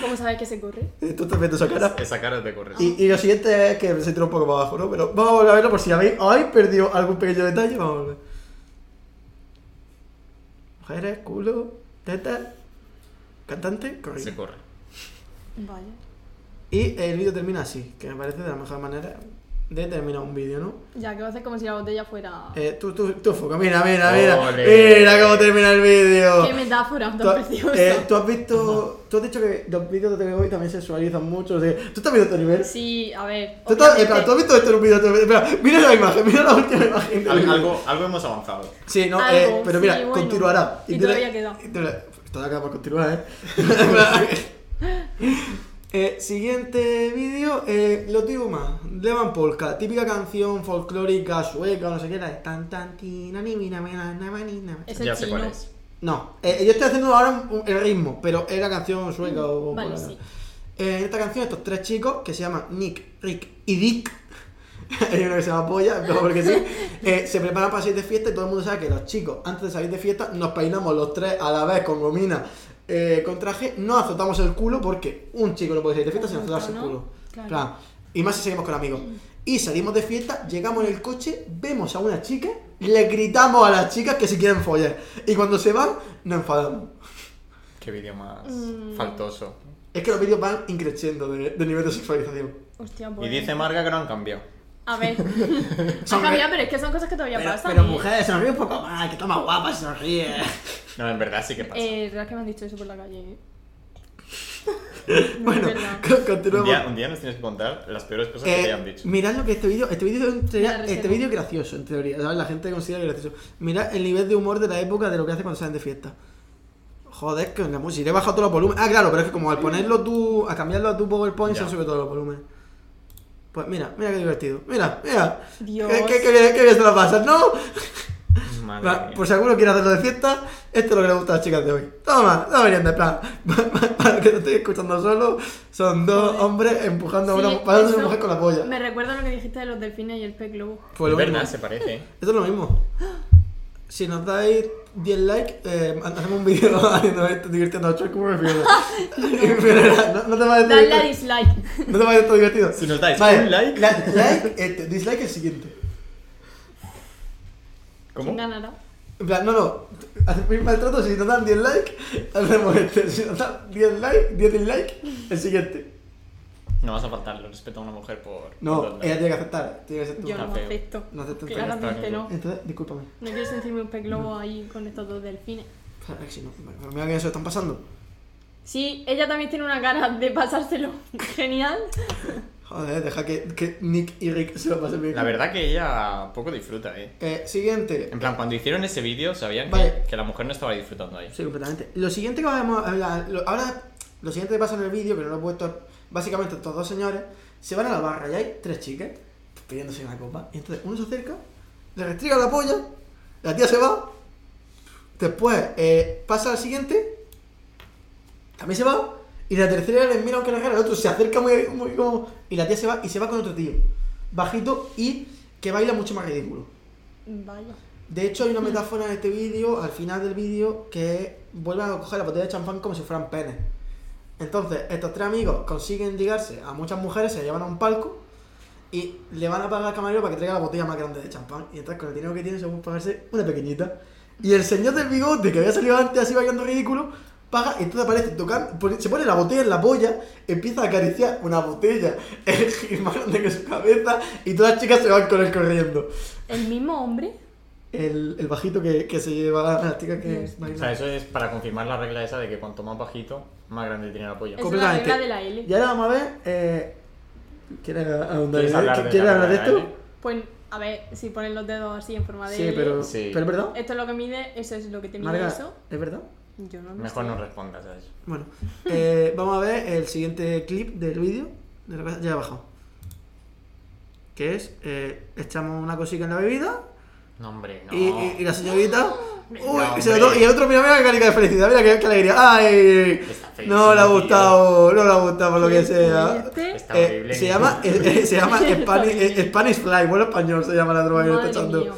Speaker 2: ¿Cómo sabes que se corre?
Speaker 3: Tú estás viendo esa cara.
Speaker 1: Esa cara te corre.
Speaker 3: Y, y lo siguiente es que se tira un poco para abajo, ¿no? Pero vamos a volver a verlo por si habéis ay, perdido algún pequeño detalle. Vamos a ver. Mujeres, culo, teta, cantante, corrido.
Speaker 1: Se corre.
Speaker 2: Vaya.
Speaker 3: Y el vídeo termina así, que me parece de la mejor manera de terminar un vídeo, ¿no?
Speaker 2: Ya que va a ser como si la botella fuera.
Speaker 3: Eh, tú, tú, tú, foca, mira, mira, mira.
Speaker 1: Ole.
Speaker 3: Mira cómo termina el vídeo.
Speaker 2: Qué metáfora
Speaker 3: Tú,
Speaker 2: tan
Speaker 3: has-
Speaker 2: preciosa.
Speaker 3: eh, tú has visto, tú has dicho que los vídeos de hoy también sexualizan mucho. o sea, ¿Tú estás viendo este nivel?
Speaker 2: Sí, a ver.
Speaker 3: ¿Tú, estás-
Speaker 2: obviamente-
Speaker 3: espera, ¿tú has visto esto en un vídeo? Espera, mira la imagen, mira la última imagen. del
Speaker 1: Al-
Speaker 3: vídeo.
Speaker 1: algo, algo hemos avanzado.
Speaker 3: Sí, no,
Speaker 2: Algo,
Speaker 3: eh, pero
Speaker 2: sí,
Speaker 3: mira,
Speaker 2: bueno.
Speaker 3: continuará.
Speaker 2: Y
Speaker 3: tú le-
Speaker 2: todavía queda.
Speaker 3: y tú le- Todavía queda por continuar, ¿eh? Eh, siguiente vídeo, eh, lo digo más. Levan Polka, típica canción folclórica sueca, no sé qué, la de tan tan ti, na, ni, mi, na, mi, na, na, ma, ni, na, ma.
Speaker 2: Es el
Speaker 1: Ya sé cuál
Speaker 2: chino.
Speaker 1: es.
Speaker 3: No, eh, yo estoy haciendo ahora un- el ritmo, pero es la canción sueca o.
Speaker 2: Vale,
Speaker 3: polaca.
Speaker 2: sí.
Speaker 3: Eh, en esta canción, estos tres chicos que se llaman Nick, Rick y Dick hay uno que se llama Polla, no, porque sí, eh, se prepara para salir de fiesta y todo el mundo sabe que los chicos, antes de salir de fiesta, nos peinamos los tres a la vez con gomina, eh, con traje, no azotamos el culo porque un chico no puede salir de fiesta sin
Speaker 2: Exacto,
Speaker 3: azotarse el
Speaker 2: ¿no?
Speaker 3: culo.
Speaker 2: Claro.
Speaker 3: Plan, y más si seguimos con amigos. Y salimos de fiesta, llegamos en el coche, vemos a una chica, le gritamos a las chicas que si quieren follar. Y cuando se van, nos enfadamos.
Speaker 1: Qué vídeo más
Speaker 2: Mm.
Speaker 1: faltoso.
Speaker 3: Es que los vídeos van increciendo de, de nivel de sexualización.
Speaker 2: Hostia,
Speaker 1: Y
Speaker 2: pues.
Speaker 1: dice Marga que no han cambiado.
Speaker 2: A ver. Ha
Speaker 3: Son-
Speaker 2: cambiado, pero es que son cosas que todavía
Speaker 3: Pero,
Speaker 2: pasan.
Speaker 3: pero
Speaker 2: ¿eh?
Speaker 3: mujeres, sonríe un poco más, que está más guapa, sonríe.
Speaker 1: No, en verdad sí que pasa.
Speaker 2: Eh, verdad que me han dicho eso por la calle. ¿eh?
Speaker 3: bueno,
Speaker 2: es verdad.
Speaker 3: co-
Speaker 1: un,
Speaker 3: continuamos.
Speaker 1: día, un día nos tienes que contar las peores cosas que te
Speaker 3: Eh,
Speaker 1: han dicho.
Speaker 3: mirad lo que este vídeo, este vídeo en teoría-
Speaker 2: Me da risa.
Speaker 3: este vídeo es gracioso en teoría, ¿sabes? La gente considera gracioso. Mirad el nivel de humor de la época de lo que hace cuando salen de fiesta. Joder, que en la música, le he bajado todos los volúmenes. Ah, claro, pero es que como al ponerlo tú, a cambiarlo a tu PowerPoint,
Speaker 1: Ya.
Speaker 3: se han subido todos los volúmenes. Pues mira, mira qué divertido. Mira, mira.
Speaker 2: Dios.
Speaker 3: ¿Qué, qué, qué bien- qué bien se lo pasa, ¿no?
Speaker 1: Madre
Speaker 3: Va,
Speaker 1: mía.
Speaker 3: por pues si alguno quiere hacerlo de fiesta, esto es lo que le gusta a las chicas de hoy. Toma, no verían de plan. Para los que te estoy escuchando solo, son dos
Speaker 2: Joder.
Speaker 3: hombres empujando a
Speaker 2: Sí,
Speaker 3: una, parándose a
Speaker 2: eso
Speaker 3: una mujer con la polla.
Speaker 2: Me recuerda lo que dijiste de los delfines y el pez globo.
Speaker 3: Pues lo
Speaker 1: es verdad,
Speaker 3: mismo.
Speaker 1: se parece. ¿eh?
Speaker 3: Esto es lo mismo. Si nos dais 10 likes, eh, hacemos un vídeo haciendo esto, divirtiendo a Choco como me fiero. no, no te va a decir.
Speaker 2: Dale a dislike.
Speaker 3: No te va a esto divertido.
Speaker 1: Si nos dais un like.
Speaker 3: la- like, este, dislike el siguiente.
Speaker 1: ¿Cómo?
Speaker 2: ¿Quién ganará?
Speaker 3: En plan, no, no. Hacemos maltrato, si nos dan 10 likes, hacemos este. Si nos dan 10 likes, 10 dislikes, el siguiente.
Speaker 1: No vas a faltarle el respeto a una mujer por.
Speaker 3: No,
Speaker 1: por-
Speaker 3: ella tiene que aceptar. Tiene que ser tú.
Speaker 2: Yo no
Speaker 1: Está feo.
Speaker 2: acepto.
Speaker 3: No acepto el
Speaker 2: Claramente
Speaker 1: premio.
Speaker 2: no.
Speaker 3: Entonces, discúlpame.
Speaker 2: No quiero sentirme un pez globo ahí con estos dos delfines.
Speaker 3: Espera, que si no. Bueno, Mira que eso están pasando.
Speaker 2: Sí, ella también tiene una cara de pasárselo genial.
Speaker 3: Joder, deja que, que Nick y Rick se lo pasen bien.
Speaker 1: La verdad que ella poco disfruta, eh.
Speaker 3: Eh, siguiente.
Speaker 1: En plan, cuando hicieron ese vídeo sabían que-
Speaker 3: Vale.
Speaker 1: que, la mujer no estaba disfrutando ahí.
Speaker 3: Sí, completamente. Lo siguiente que vamos a hablar. lo- ahora, lo siguiente que pasa en el vídeo, que no lo he puesto. Básicamente, estos dos señores se van a la barra y hay tres chicas pidiéndose una copa. Y entonces uno se acerca, le restriga la polla, la tía se va. Después eh, pasa al siguiente, también se va. Y la tercera le mira aunque la cara, el otro se acerca muy, muy como. Y la tía se va y se va con otro tío. Bajito y que baila mucho más ridículo.
Speaker 2: Vaya.
Speaker 3: De hecho, hay una metáfora en este vídeo, al final del vídeo, que vuelven a coger la botella de champán como si fueran penes. Entonces, estos tres amigos consiguen ligarse a muchas mujeres, se la llevan a un palco y le van a pagar al camarero para que traiga la botella más grande de champán. Y entonces, con el dinero que tienen, se van a pagarse una pequeñita. Y el señor del bigote, que había salido antes así bailando ridículo, paga y entonces aparece tocando, pone- se pone la botella en la polla, empieza a acariciar una botella es más grande que su cabeza y todas las chicas se van con él corriendo.
Speaker 2: ¿El mismo hombre?
Speaker 3: El, el bajito que, que se lleva a la chica que
Speaker 2: Dios.
Speaker 1: O sea,
Speaker 3: baila.
Speaker 1: eso es para confirmar la regla esa de que cuanto más bajito, más grande tiene la polla.
Speaker 2: Es la
Speaker 3: Completamente.
Speaker 2: regla de la L.
Speaker 3: Y ahora vamos a ver. Eh, ¿Quieres ahondar
Speaker 1: ¿Quieres
Speaker 3: en
Speaker 1: hablar de,
Speaker 3: ¿Quieres
Speaker 1: la
Speaker 3: hablar de
Speaker 1: regla
Speaker 3: esto?
Speaker 1: L?
Speaker 2: Pues, a ver, si ponen los dedos así en forma de
Speaker 3: Sí,
Speaker 2: L.
Speaker 3: pero,
Speaker 1: Sí.
Speaker 3: pero es verdad.
Speaker 2: Esto es lo que mide, eso es lo que te mide
Speaker 3: Marga,
Speaker 2: Eh, eso.
Speaker 3: ¿es verdad?
Speaker 2: Yo no lo
Speaker 1: Mejor
Speaker 2: sé.
Speaker 1: no respondas a eso.
Speaker 3: Bueno, eh, vamos a ver el siguiente clip del vídeo. de lo que- Ya he bajado. Que es: eh, echamos una cosita en la bebida
Speaker 1: No, hombre, no.
Speaker 3: y, y- y la señorita. Uy,
Speaker 1: No,
Speaker 3: y se la
Speaker 1: hombre.
Speaker 3: to- y el otro, mira, mira qué carica de felicidad, mira qué, qué alegría. ¡Ay!
Speaker 1: Está
Speaker 3: No le ha
Speaker 1: feísimo,
Speaker 3: gustado, no le ha gustado, por lo que
Speaker 2: Qué
Speaker 3: sea.
Speaker 2: fuerte.
Speaker 1: Está
Speaker 3: Eh,
Speaker 1: horrible.
Speaker 3: se llama, eh, eh, se llama Spanish,
Speaker 2: horrible.
Speaker 3: eh, Spanish Fly, vuelo español se llama la droga que lo está
Speaker 2: Madre
Speaker 3: echando.
Speaker 2: mía.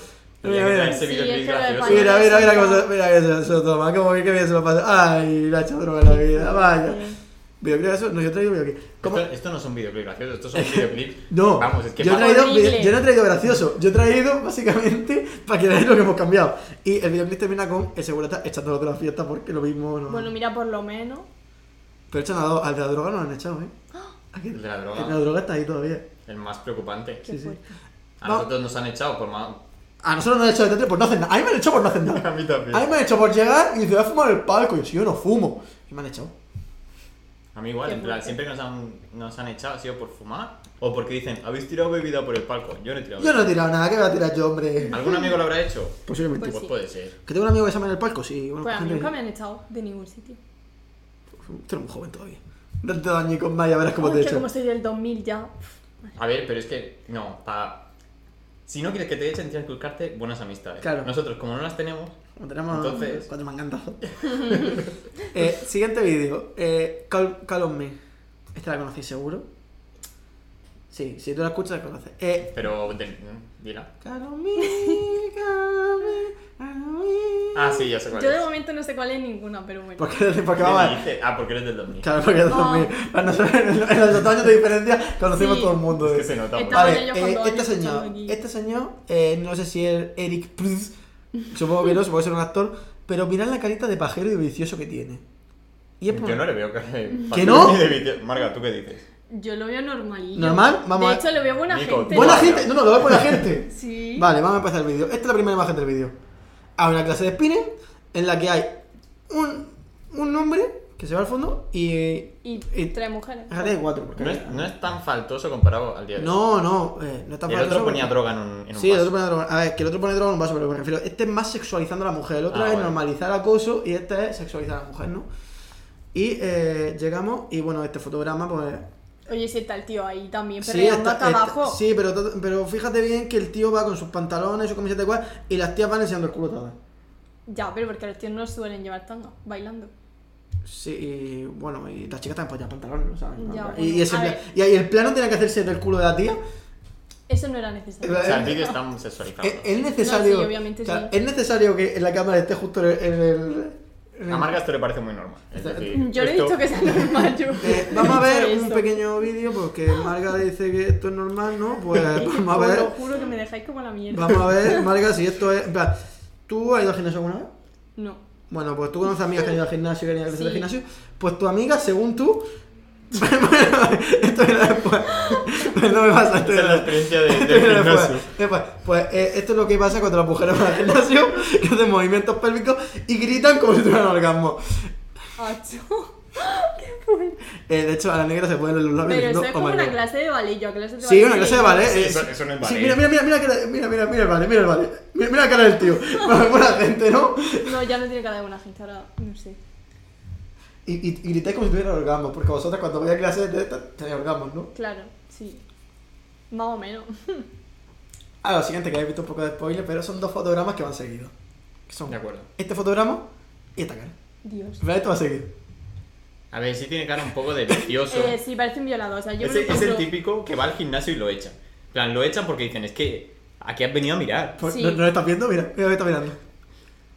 Speaker 3: Mira, mira,
Speaker 1: Ese
Speaker 2: Sí,
Speaker 1: vídeo
Speaker 2: es
Speaker 1: es
Speaker 2: que lo de
Speaker 1: gracioso.
Speaker 2: España-
Speaker 3: mira, mira, mira, cómo se- mira que se, se lo toma, como que bien se lo pasa. Ay, la ha hecho droga en la vida, vaya. Videoclip de eso, no, yo he traído videoclip. ¿Cómo?
Speaker 1: Esto, esto no son videoclips graciosos, estos son videoclips.
Speaker 3: No,
Speaker 1: Vamos, es que
Speaker 3: yo, he
Speaker 1: pa-
Speaker 3: traído,
Speaker 2: Horrible.
Speaker 3: vide- yo no he traído gracioso, yo he traído básicamente para que veáis lo que hemos cambiado. Y el videoclip termina con el segurata echándolo de la fiesta porque lo mismo no.
Speaker 2: Bueno, mira, por lo menos. ¡Ah!
Speaker 3: Pero echan a dos, al de la droga no lo han echado, ¿eh? Aquí-
Speaker 1: El de la droga.
Speaker 3: El de la droga está ahí todavía.
Speaker 1: el más preocupante.
Speaker 2: Qué
Speaker 3: Sí, sí.
Speaker 2: fuerte.
Speaker 1: A
Speaker 3: Va-
Speaker 1: nosotros nos han echado por más.
Speaker 3: A nosotros nos han echado de teatro por no hacer nada. A mí me han echado por no hacer nada.
Speaker 1: A mí también.
Speaker 3: A mí me han hecho por llegar y dice, voy a fumar el palco. Y yo, si yo no fumo. Y me han echado.
Speaker 1: A mí igual,
Speaker 2: Qué
Speaker 1: en plan,
Speaker 2: fuerte.
Speaker 1: siempre que nos han, nos han echado ha sido por fumar o porque dicen, habéis tirado bebida por el palco. Yo no he tirado
Speaker 3: Yo no he tirado nada, ¿qué voy a tirar yo, hombre?
Speaker 1: bebida. ¿Algún amigo lo habrá hecho?
Speaker 3: Posiblemente.
Speaker 1: Pues,
Speaker 2: sí.
Speaker 1: puede ser.
Speaker 3: ¿Que tengo un amigo que se llama en el palco? Sí, bueno,
Speaker 2: Pues a mí
Speaker 3: Ah, gente-
Speaker 2: nunca me han echado de ningún sitio.
Speaker 3: Tú eres muy joven todavía. Date dos añicos más y a verás cómo
Speaker 2: Uy,
Speaker 3: te
Speaker 2: que
Speaker 3: echan.
Speaker 2: como soy del 2000 ya.
Speaker 1: A ver, pero es que, no, pa... Si no quieres que te echen, tienes que buscarte buenas amistades.
Speaker 3: Claro.
Speaker 1: Nosotros, como no las tenemos,
Speaker 3: Como tenemos
Speaker 1: Entonces-
Speaker 3: cuatro mangantazos. eh, Este siguiente vídeo. Eh, Call, Call on Me. Esta la conocéis seguro. Sí, si tú la escuchas, la conoces. Eh,
Speaker 1: Pero, de- dila.
Speaker 3: Caromil, Caromil, Caromil.
Speaker 1: Ah, sí, ya sé cuál
Speaker 2: Yo de
Speaker 1: es.
Speaker 2: momento no sé cuál es ninguna, pero bueno.
Speaker 3: ¿Por qué, por qué
Speaker 1: ¿Qué
Speaker 3: va
Speaker 1: dices? Ah, porque eres del 2000.
Speaker 3: Claro, porque es 2000. Para nosotros, en los- en los dos años de diferencia, conocimos
Speaker 2: Sí.
Speaker 3: todo el mundo.
Speaker 1: Es
Speaker 3: de
Speaker 1: que se nota.
Speaker 2: Está-
Speaker 1: mucho.
Speaker 2: Estaban
Speaker 3: Vale,
Speaker 2: ellos
Speaker 3: eh,
Speaker 2: cuando
Speaker 3: este
Speaker 2: yo escuchaba
Speaker 3: señor,
Speaker 2: aquí.
Speaker 3: este señor, eh, no sé si es Eric Prydz, supongo que no, supongo que es un actor, pero mirad la carita de pajero y vicioso que tiene. Y es por-
Speaker 1: Yo no le veo que.
Speaker 3: pues. ¿Que no?
Speaker 1: de video- Marga, ¿tú qué dices?
Speaker 2: Yo lo veo normalillo.
Speaker 3: ¿Normal? Vamos a-
Speaker 2: De hecho, lo veo buena
Speaker 1: Nico,
Speaker 2: gente.
Speaker 3: ¡Buena
Speaker 1: Pero-
Speaker 3: gente! No, no, lo veo buena gente.
Speaker 2: Sí.
Speaker 3: Vale, vamos a empezar el vídeo. Esta es la primera imagen del vídeo. Hay una clase de spinning en la que hay un, un hombre que se va al fondo y...
Speaker 2: Y
Speaker 3: y-
Speaker 2: tres mujeres.
Speaker 3: en realidad hay cuatro. porque-
Speaker 1: No es, no es tan faltoso comparado al día de hoy.
Speaker 3: no, no, eh, no está
Speaker 1: El otro ponía droga en un, en un
Speaker 3: Sí, el
Speaker 1: vaso.
Speaker 3: otro pone droga. A ver, que el otro pone droga en un vaso, pero me refiero. Este es más sexualizando a la mujer. El otro
Speaker 1: Ah,
Speaker 3: es
Speaker 1: vale.
Speaker 3: normalizar acoso y este es sexualizar a la mujer, ¿no? Y eh, llegamos y bueno, este fotograma, pues.
Speaker 2: Oye, si está el tío ahí también, pero
Speaker 3: sí,
Speaker 2: hasta
Speaker 3: está- está-
Speaker 2: Este abajo.
Speaker 3: sí, pero, todo- pero fíjate bien que el tío va con sus pantalones, su camiseta de cual, y las tías van enseñando el culo todas.
Speaker 2: Ya, pero porque los tíos no suelen llevar tanga, bailando.
Speaker 3: Sí, y bueno, y las chicas también ponían pantalones, ¿no? ¿sabes?
Speaker 2: Ya,
Speaker 3: y, y
Speaker 2: bueno,
Speaker 3: ese
Speaker 2: a
Speaker 3: pla-
Speaker 2: ver.
Speaker 3: y ahí el plano tenía que hacerse del culo de la tía.
Speaker 2: Eso no era necesario.
Speaker 1: O sea, el vídeo está sexualizado.
Speaker 3: ¿Es, es necesario.
Speaker 2: No, sí, obviamente
Speaker 3: claro,
Speaker 2: sí.
Speaker 3: Es necesario que la cámara esté justo en el. en el- en el-
Speaker 1: A Marga esto le parece muy normal. Es decir,
Speaker 2: Yo le he
Speaker 1: esto-
Speaker 2: dicho que sea normal, yo.
Speaker 3: Eh, vamos a
Speaker 2: He
Speaker 3: ver
Speaker 2: dicho
Speaker 3: un
Speaker 2: eso.
Speaker 3: pequeño vídeo porque Marga dice que esto es normal, ¿no? Pues vamos a
Speaker 2: Os
Speaker 3: ver.
Speaker 2: lo juro que me dejáis como la mierda.
Speaker 3: Vamos a ver, Marga, si esto es. En plan, ¿tú has ido al gimnasio alguna vez?
Speaker 2: No.
Speaker 3: Bueno, pues tú conoces amigas que han ido al gimnasio y que han ido a clases de
Speaker 2: Sí.
Speaker 3: gimnasio. Pues tu amiga, según tú. Bueno, esto viene después. Pues no me pasa esto.
Speaker 1: Esa es la
Speaker 3: viene después.
Speaker 1: experiencia de,
Speaker 3: Esto viene
Speaker 1: del
Speaker 3: después.
Speaker 1: gimnasio.
Speaker 3: Después. Pues eh, esto es lo que pasa cuando las mujeres van al gimnasio, que hacen movimientos pélvicos y gritan como si tuvieran orgasmo.
Speaker 2: Acho. Qué fuerte.
Speaker 3: Eh, de hecho, a la negra se pueden leer los labios
Speaker 2: Pero eso
Speaker 3: diciendo,
Speaker 2: es
Speaker 3: "Oh
Speaker 2: como
Speaker 3: my
Speaker 2: una
Speaker 3: God".
Speaker 2: clase de ballet. Yo a clase de ballet.
Speaker 3: Sí, una clase de
Speaker 2: iría.
Speaker 3: ballet.
Speaker 1: Sí,
Speaker 3: eh,
Speaker 1: eso- eso no es
Speaker 3: Sí,
Speaker 1: ballet.
Speaker 3: mira, mira, mira, mira, que- mira, mira, mira el ballet, mira el ballet. Mira, mira la cara del tío. Bueno, buena gente, ¿no?
Speaker 2: No, ya no tiene cara de buena gente, ahora no sé.
Speaker 3: Y, y, y gritáis como si tuviera orgasmos, porque vosotras cuando vais a clases de estas tenéis orgasmos, ¿no?
Speaker 2: Claro, sí. Más o menos.
Speaker 3: Ah, lo siguiente, que habéis visto un poco de spoiler, pero son dos fotogramas que van seguidos. Que son
Speaker 1: De acuerdo.
Speaker 3: este fotograma y esta cara.
Speaker 2: Dios.
Speaker 3: Pero esto va seguido.
Speaker 1: A ver, sí tiene cara un poco de vicioso.
Speaker 2: Eh, sí, parece un violador. O sea, yo me
Speaker 1: es,
Speaker 2: lo
Speaker 1: el- es el
Speaker 2: encuentro-
Speaker 1: típico que va al gimnasio y lo echan. En plan, lo echan porque dicen, es que aquí has venido a mirar.
Speaker 3: Por-
Speaker 2: Sí.
Speaker 3: Pues, ¿No, no lo estás viendo? Mira, mira, lo está mirando.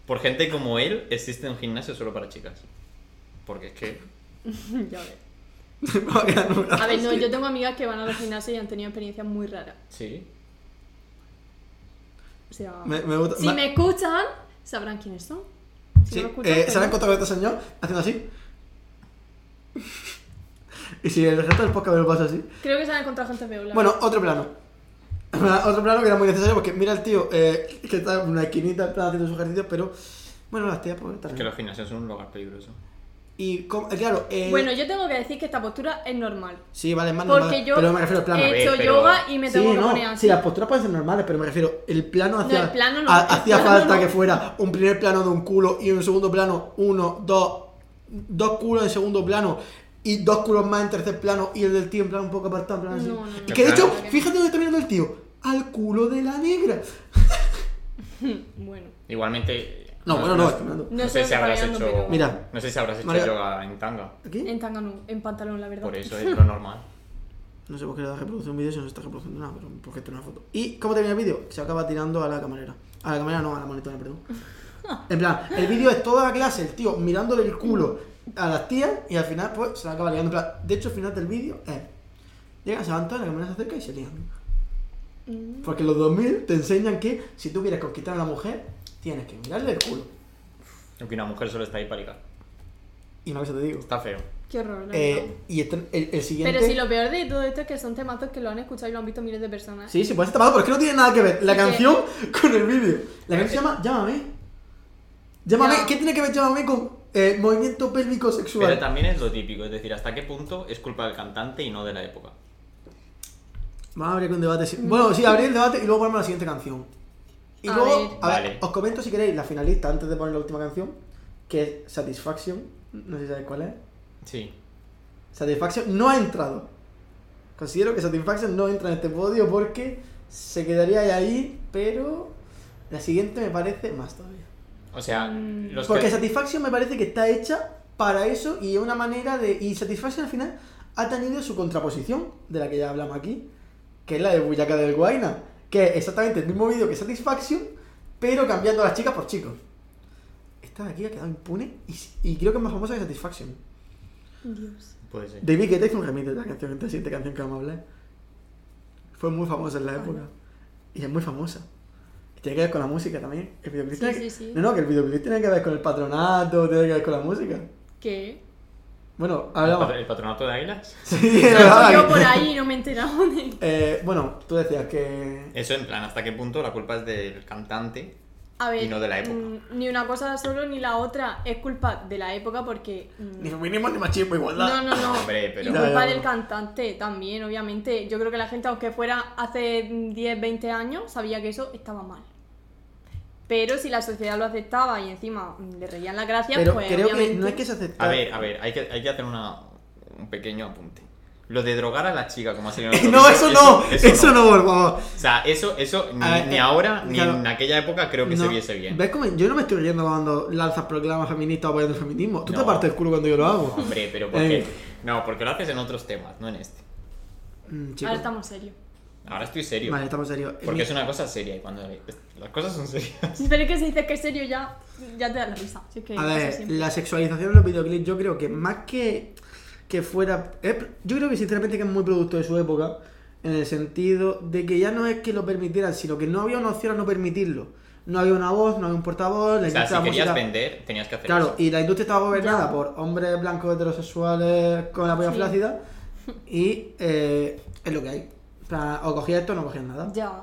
Speaker 1: Por gente como él, existe un gimnasio solo para chicas. Porque es que.
Speaker 2: Ya ves.
Speaker 3: Va a quedar nublado.
Speaker 2: A ver, no, yo tengo amigas que van a los gimnasios y han tenido experiencias muy raras.
Speaker 1: Sí.
Speaker 2: O sea,
Speaker 3: Me, me gusta.
Speaker 2: si
Speaker 3: ma-
Speaker 2: me escuchan, sabrán quiénes son. Si
Speaker 3: Sí,
Speaker 2: no me escuchan,
Speaker 3: eh,
Speaker 2: pues
Speaker 3: se han
Speaker 2: no.
Speaker 3: encontrado con este señor haciendo así. y si el resto del podcast me lo pasa así.
Speaker 2: Creo que se han encontrado gente peor. la
Speaker 3: Bueno, otro plano. otro plano que era muy necesario porque mira el tío eh, que está en una esquinita está haciendo sus ejercicios, pero bueno, las tías pues
Speaker 1: Es
Speaker 3: también.
Speaker 1: que los gimnasios son un lugar peligroso.
Speaker 3: Y como- eh, claro, eh,
Speaker 2: verdad. Bueno, yo tengo que decir que esta postura es normal.
Speaker 3: sí, Ah, vale, es más normal,
Speaker 2: Porque yo
Speaker 3: pero me refiero al plano.
Speaker 1: eh,
Speaker 2: he hecho
Speaker 1: A ver, pero-
Speaker 2: yoga y me tengo
Speaker 3: sí,
Speaker 2: que
Speaker 3: no,
Speaker 2: poner así.
Speaker 3: sí, las posturas pueden ser normales, pero me refiero, el plano hacía,
Speaker 2: el plano no,
Speaker 3: ha-
Speaker 2: el
Speaker 3: hacía
Speaker 2: plano
Speaker 3: falta
Speaker 2: no.
Speaker 3: que fuera un primer plano de un culo y un segundo plano, uno, dos, dos culos en segundo plano y dos culos más en tercer plano y el del tío en plan un poco apartado. En plan así.
Speaker 2: No, no, no.
Speaker 3: Y que de
Speaker 1: El
Speaker 3: hecho,
Speaker 2: plano.
Speaker 3: fíjate dónde está mirando el tío, al culo de la negra.
Speaker 2: Bueno.
Speaker 1: Igualmente.
Speaker 3: No, bueno, no, está mirando.
Speaker 2: No,
Speaker 1: No
Speaker 2: sé
Speaker 1: sé
Speaker 2: lo
Speaker 1: si
Speaker 2: que
Speaker 1: habrás
Speaker 2: está mirando,
Speaker 1: hecho.
Speaker 2: pero-
Speaker 3: Mira.
Speaker 1: No sé si habrás hecho
Speaker 3: María-
Speaker 1: yoga en tanga.
Speaker 3: ¿Aquí?
Speaker 2: En tanga no, en pantalón, la verdad.
Speaker 1: Por eso es lo normal.
Speaker 3: No sé por qué le da reproducir un vídeo si no se está reproduciendo nada, pero porque esto es una foto. ¿Y cómo termina el vídeo? Se acaba tirando a la camarera. A la camarera no, a la monitora, perdón. En plan, el vídeo es toda la clase, el tío mirándole el culo a las tías y al final pues se la acaba liando. En plan, de hecho, el final del vídeo es... Llegan, se van todas, la camarera se acerca y se lían.
Speaker 2: Mm,
Speaker 3: Porque los 2000 te enseñan que si tú quieres conquistar a una mujer, tienes que mirarle el culo.
Speaker 1: Aunque una mujer solo está ahí para ligar.
Speaker 3: Y una cosa te digo.
Speaker 1: Está feo.
Speaker 2: Qué horror, la verdad.
Speaker 3: Eh, y este- el, el siguiente...
Speaker 2: Pero si lo peor de todo esto es que son temazos que lo han escuchado y lo han visto miles de personas.
Speaker 3: Sí, sí, puede ser tapado, pero es que no tiene nada que ver la
Speaker 2: Sí, que-
Speaker 3: canción con el vídeo. La canción se llama Llámame. Llámame.
Speaker 2: Ya.
Speaker 3: ¿Qué tiene que ver Llámame con eh, movimiento pélvico sexual?
Speaker 1: Pero también es lo típico, es decir, hasta qué punto es culpa del cantante y no de la época.
Speaker 3: Vamos a abrir aquí un debate. sí. Bueno, sí, abrir el debate y luego ponemos la siguiente canción. Y
Speaker 2: A
Speaker 3: luego,
Speaker 2: ver.
Speaker 3: a ver,
Speaker 1: Vale.
Speaker 3: os comento si queréis la finalista antes de poner la última canción, que es Satisfaction. No sé si sabéis cuál es.
Speaker 1: Sí.
Speaker 3: Satisfaction no ha entrado. Considero que Satisfaction no entra en este podio porque se quedaría ahí, pero la siguiente me parece más todavía.
Speaker 1: O sea,
Speaker 2: Mm.
Speaker 1: los
Speaker 3: Porque
Speaker 1: que-
Speaker 3: Satisfaction me parece que está hecha para eso y es una manera de. Y Satisfaction al final ha tenido su contraposición, de la que ya hablamos aquí, que es la de Buyaca del Guaina, que es exactamente el mismo vídeo que Satisfaction, pero cambiando a las chicas por chicos. Esta de aquí ha quedado impune y, y creo que es más famosa que Satisfaction.
Speaker 2: Dios.
Speaker 1: Puede ser.
Speaker 3: David Guetta hizo un remix de la canción, de la siguiente canción que vamos a hablar. Fue muy famosa en la época. Y es muy famosa. Y Tiene que ver con la música también. El videoclip
Speaker 2: Sí,
Speaker 3: tiene
Speaker 2: sí,
Speaker 3: que-
Speaker 2: sí.
Speaker 3: No, no, que el videoclip tiene que ver con el patronato, tiene que ver con la música.
Speaker 2: ¿Qué?
Speaker 3: Bueno,
Speaker 1: ¿El
Speaker 3: hablamos.
Speaker 1: patro- ¿El patronato de águilas?
Speaker 3: Sí,
Speaker 2: Yo
Speaker 3: hablaba aquí.
Speaker 2: por ahí y no me he enterado de...
Speaker 3: Eh, bueno, tú decías que.
Speaker 1: Eso en plan, ¿hasta qué punto la culpa es del cantante?
Speaker 2: A ver,
Speaker 1: Y no de la época.
Speaker 2: mm, ni una cosa solo ni la otra es culpa de la época porque... mm,
Speaker 3: Ni feminismo, ni machismo,
Speaker 2: No,
Speaker 3: igualdad.
Speaker 2: no, no.
Speaker 1: Hombre, pero-
Speaker 2: Y
Speaker 3: Ya, ya,
Speaker 2: culpa
Speaker 3: ya.
Speaker 2: del cantante también, obviamente. Yo creo que la gente, aunque fuera hace 10, 20 años, sabía que eso estaba mal. Pero si la sociedad lo aceptaba y encima mm, le reían las gracias,
Speaker 3: Pero
Speaker 2: pues
Speaker 3: creo
Speaker 2: obviamente...
Speaker 3: que no es que se acepte.
Speaker 1: A ver, a ver, hay que, hay que hacer una, un pequeño apunte. Lo de drogar a la chica, como ha salido en otro
Speaker 3: No,
Speaker 1: vídeo,
Speaker 3: eso no, eso no, por favor.
Speaker 1: O sea, eso, eso ni,
Speaker 3: A ver,
Speaker 1: ni
Speaker 3: eh,
Speaker 1: ahora ni
Speaker 3: claro.
Speaker 1: en aquella época creo que se
Speaker 3: No.
Speaker 1: viese bien.
Speaker 3: ¿Ves cómo yo no me estoy riendo cuando lanzas proclamas feministas o apoyando el feminismo? Tú te
Speaker 1: No.
Speaker 3: partes el culo cuando yo lo hago.
Speaker 1: Hombre, pero ¿por qué?
Speaker 3: Eh.
Speaker 1: No, porque lo haces en otros temas, no en este.
Speaker 3: Mm, chico.
Speaker 2: Ahora estamos serios.
Speaker 1: Ahora estoy serio.
Speaker 3: Vale, estamos serios.
Speaker 1: Porque es una cosa seria y cuando pues, las cosas son serias.
Speaker 2: Sí, Pero es que si dices que es serio ya, ya te da la risa. Si es que
Speaker 3: A
Speaker 2: pasa
Speaker 3: ver,
Speaker 2: siempre.
Speaker 3: la sexualización en los videoclips yo creo que más que que fuera... es- yo creo que sinceramente que es muy producto de su época, en el sentido de que ya no es que lo permitieran, sino que no había una opción a no permitirlo. No había una voz, no había un portavoz, la
Speaker 1: O sea,
Speaker 3: industria
Speaker 1: si
Speaker 3: de la
Speaker 1: querías
Speaker 3: música-
Speaker 1: vender, tenías que hacer
Speaker 3: Claro,
Speaker 1: eso.
Speaker 3: y la industria estaba gobernada
Speaker 2: Ya.
Speaker 3: por hombres blancos heterosexuales con la polla
Speaker 2: Sí.
Speaker 3: flácida y eh, es lo que hay. O sea, O cogías esto o no cogías nada.
Speaker 2: Ya.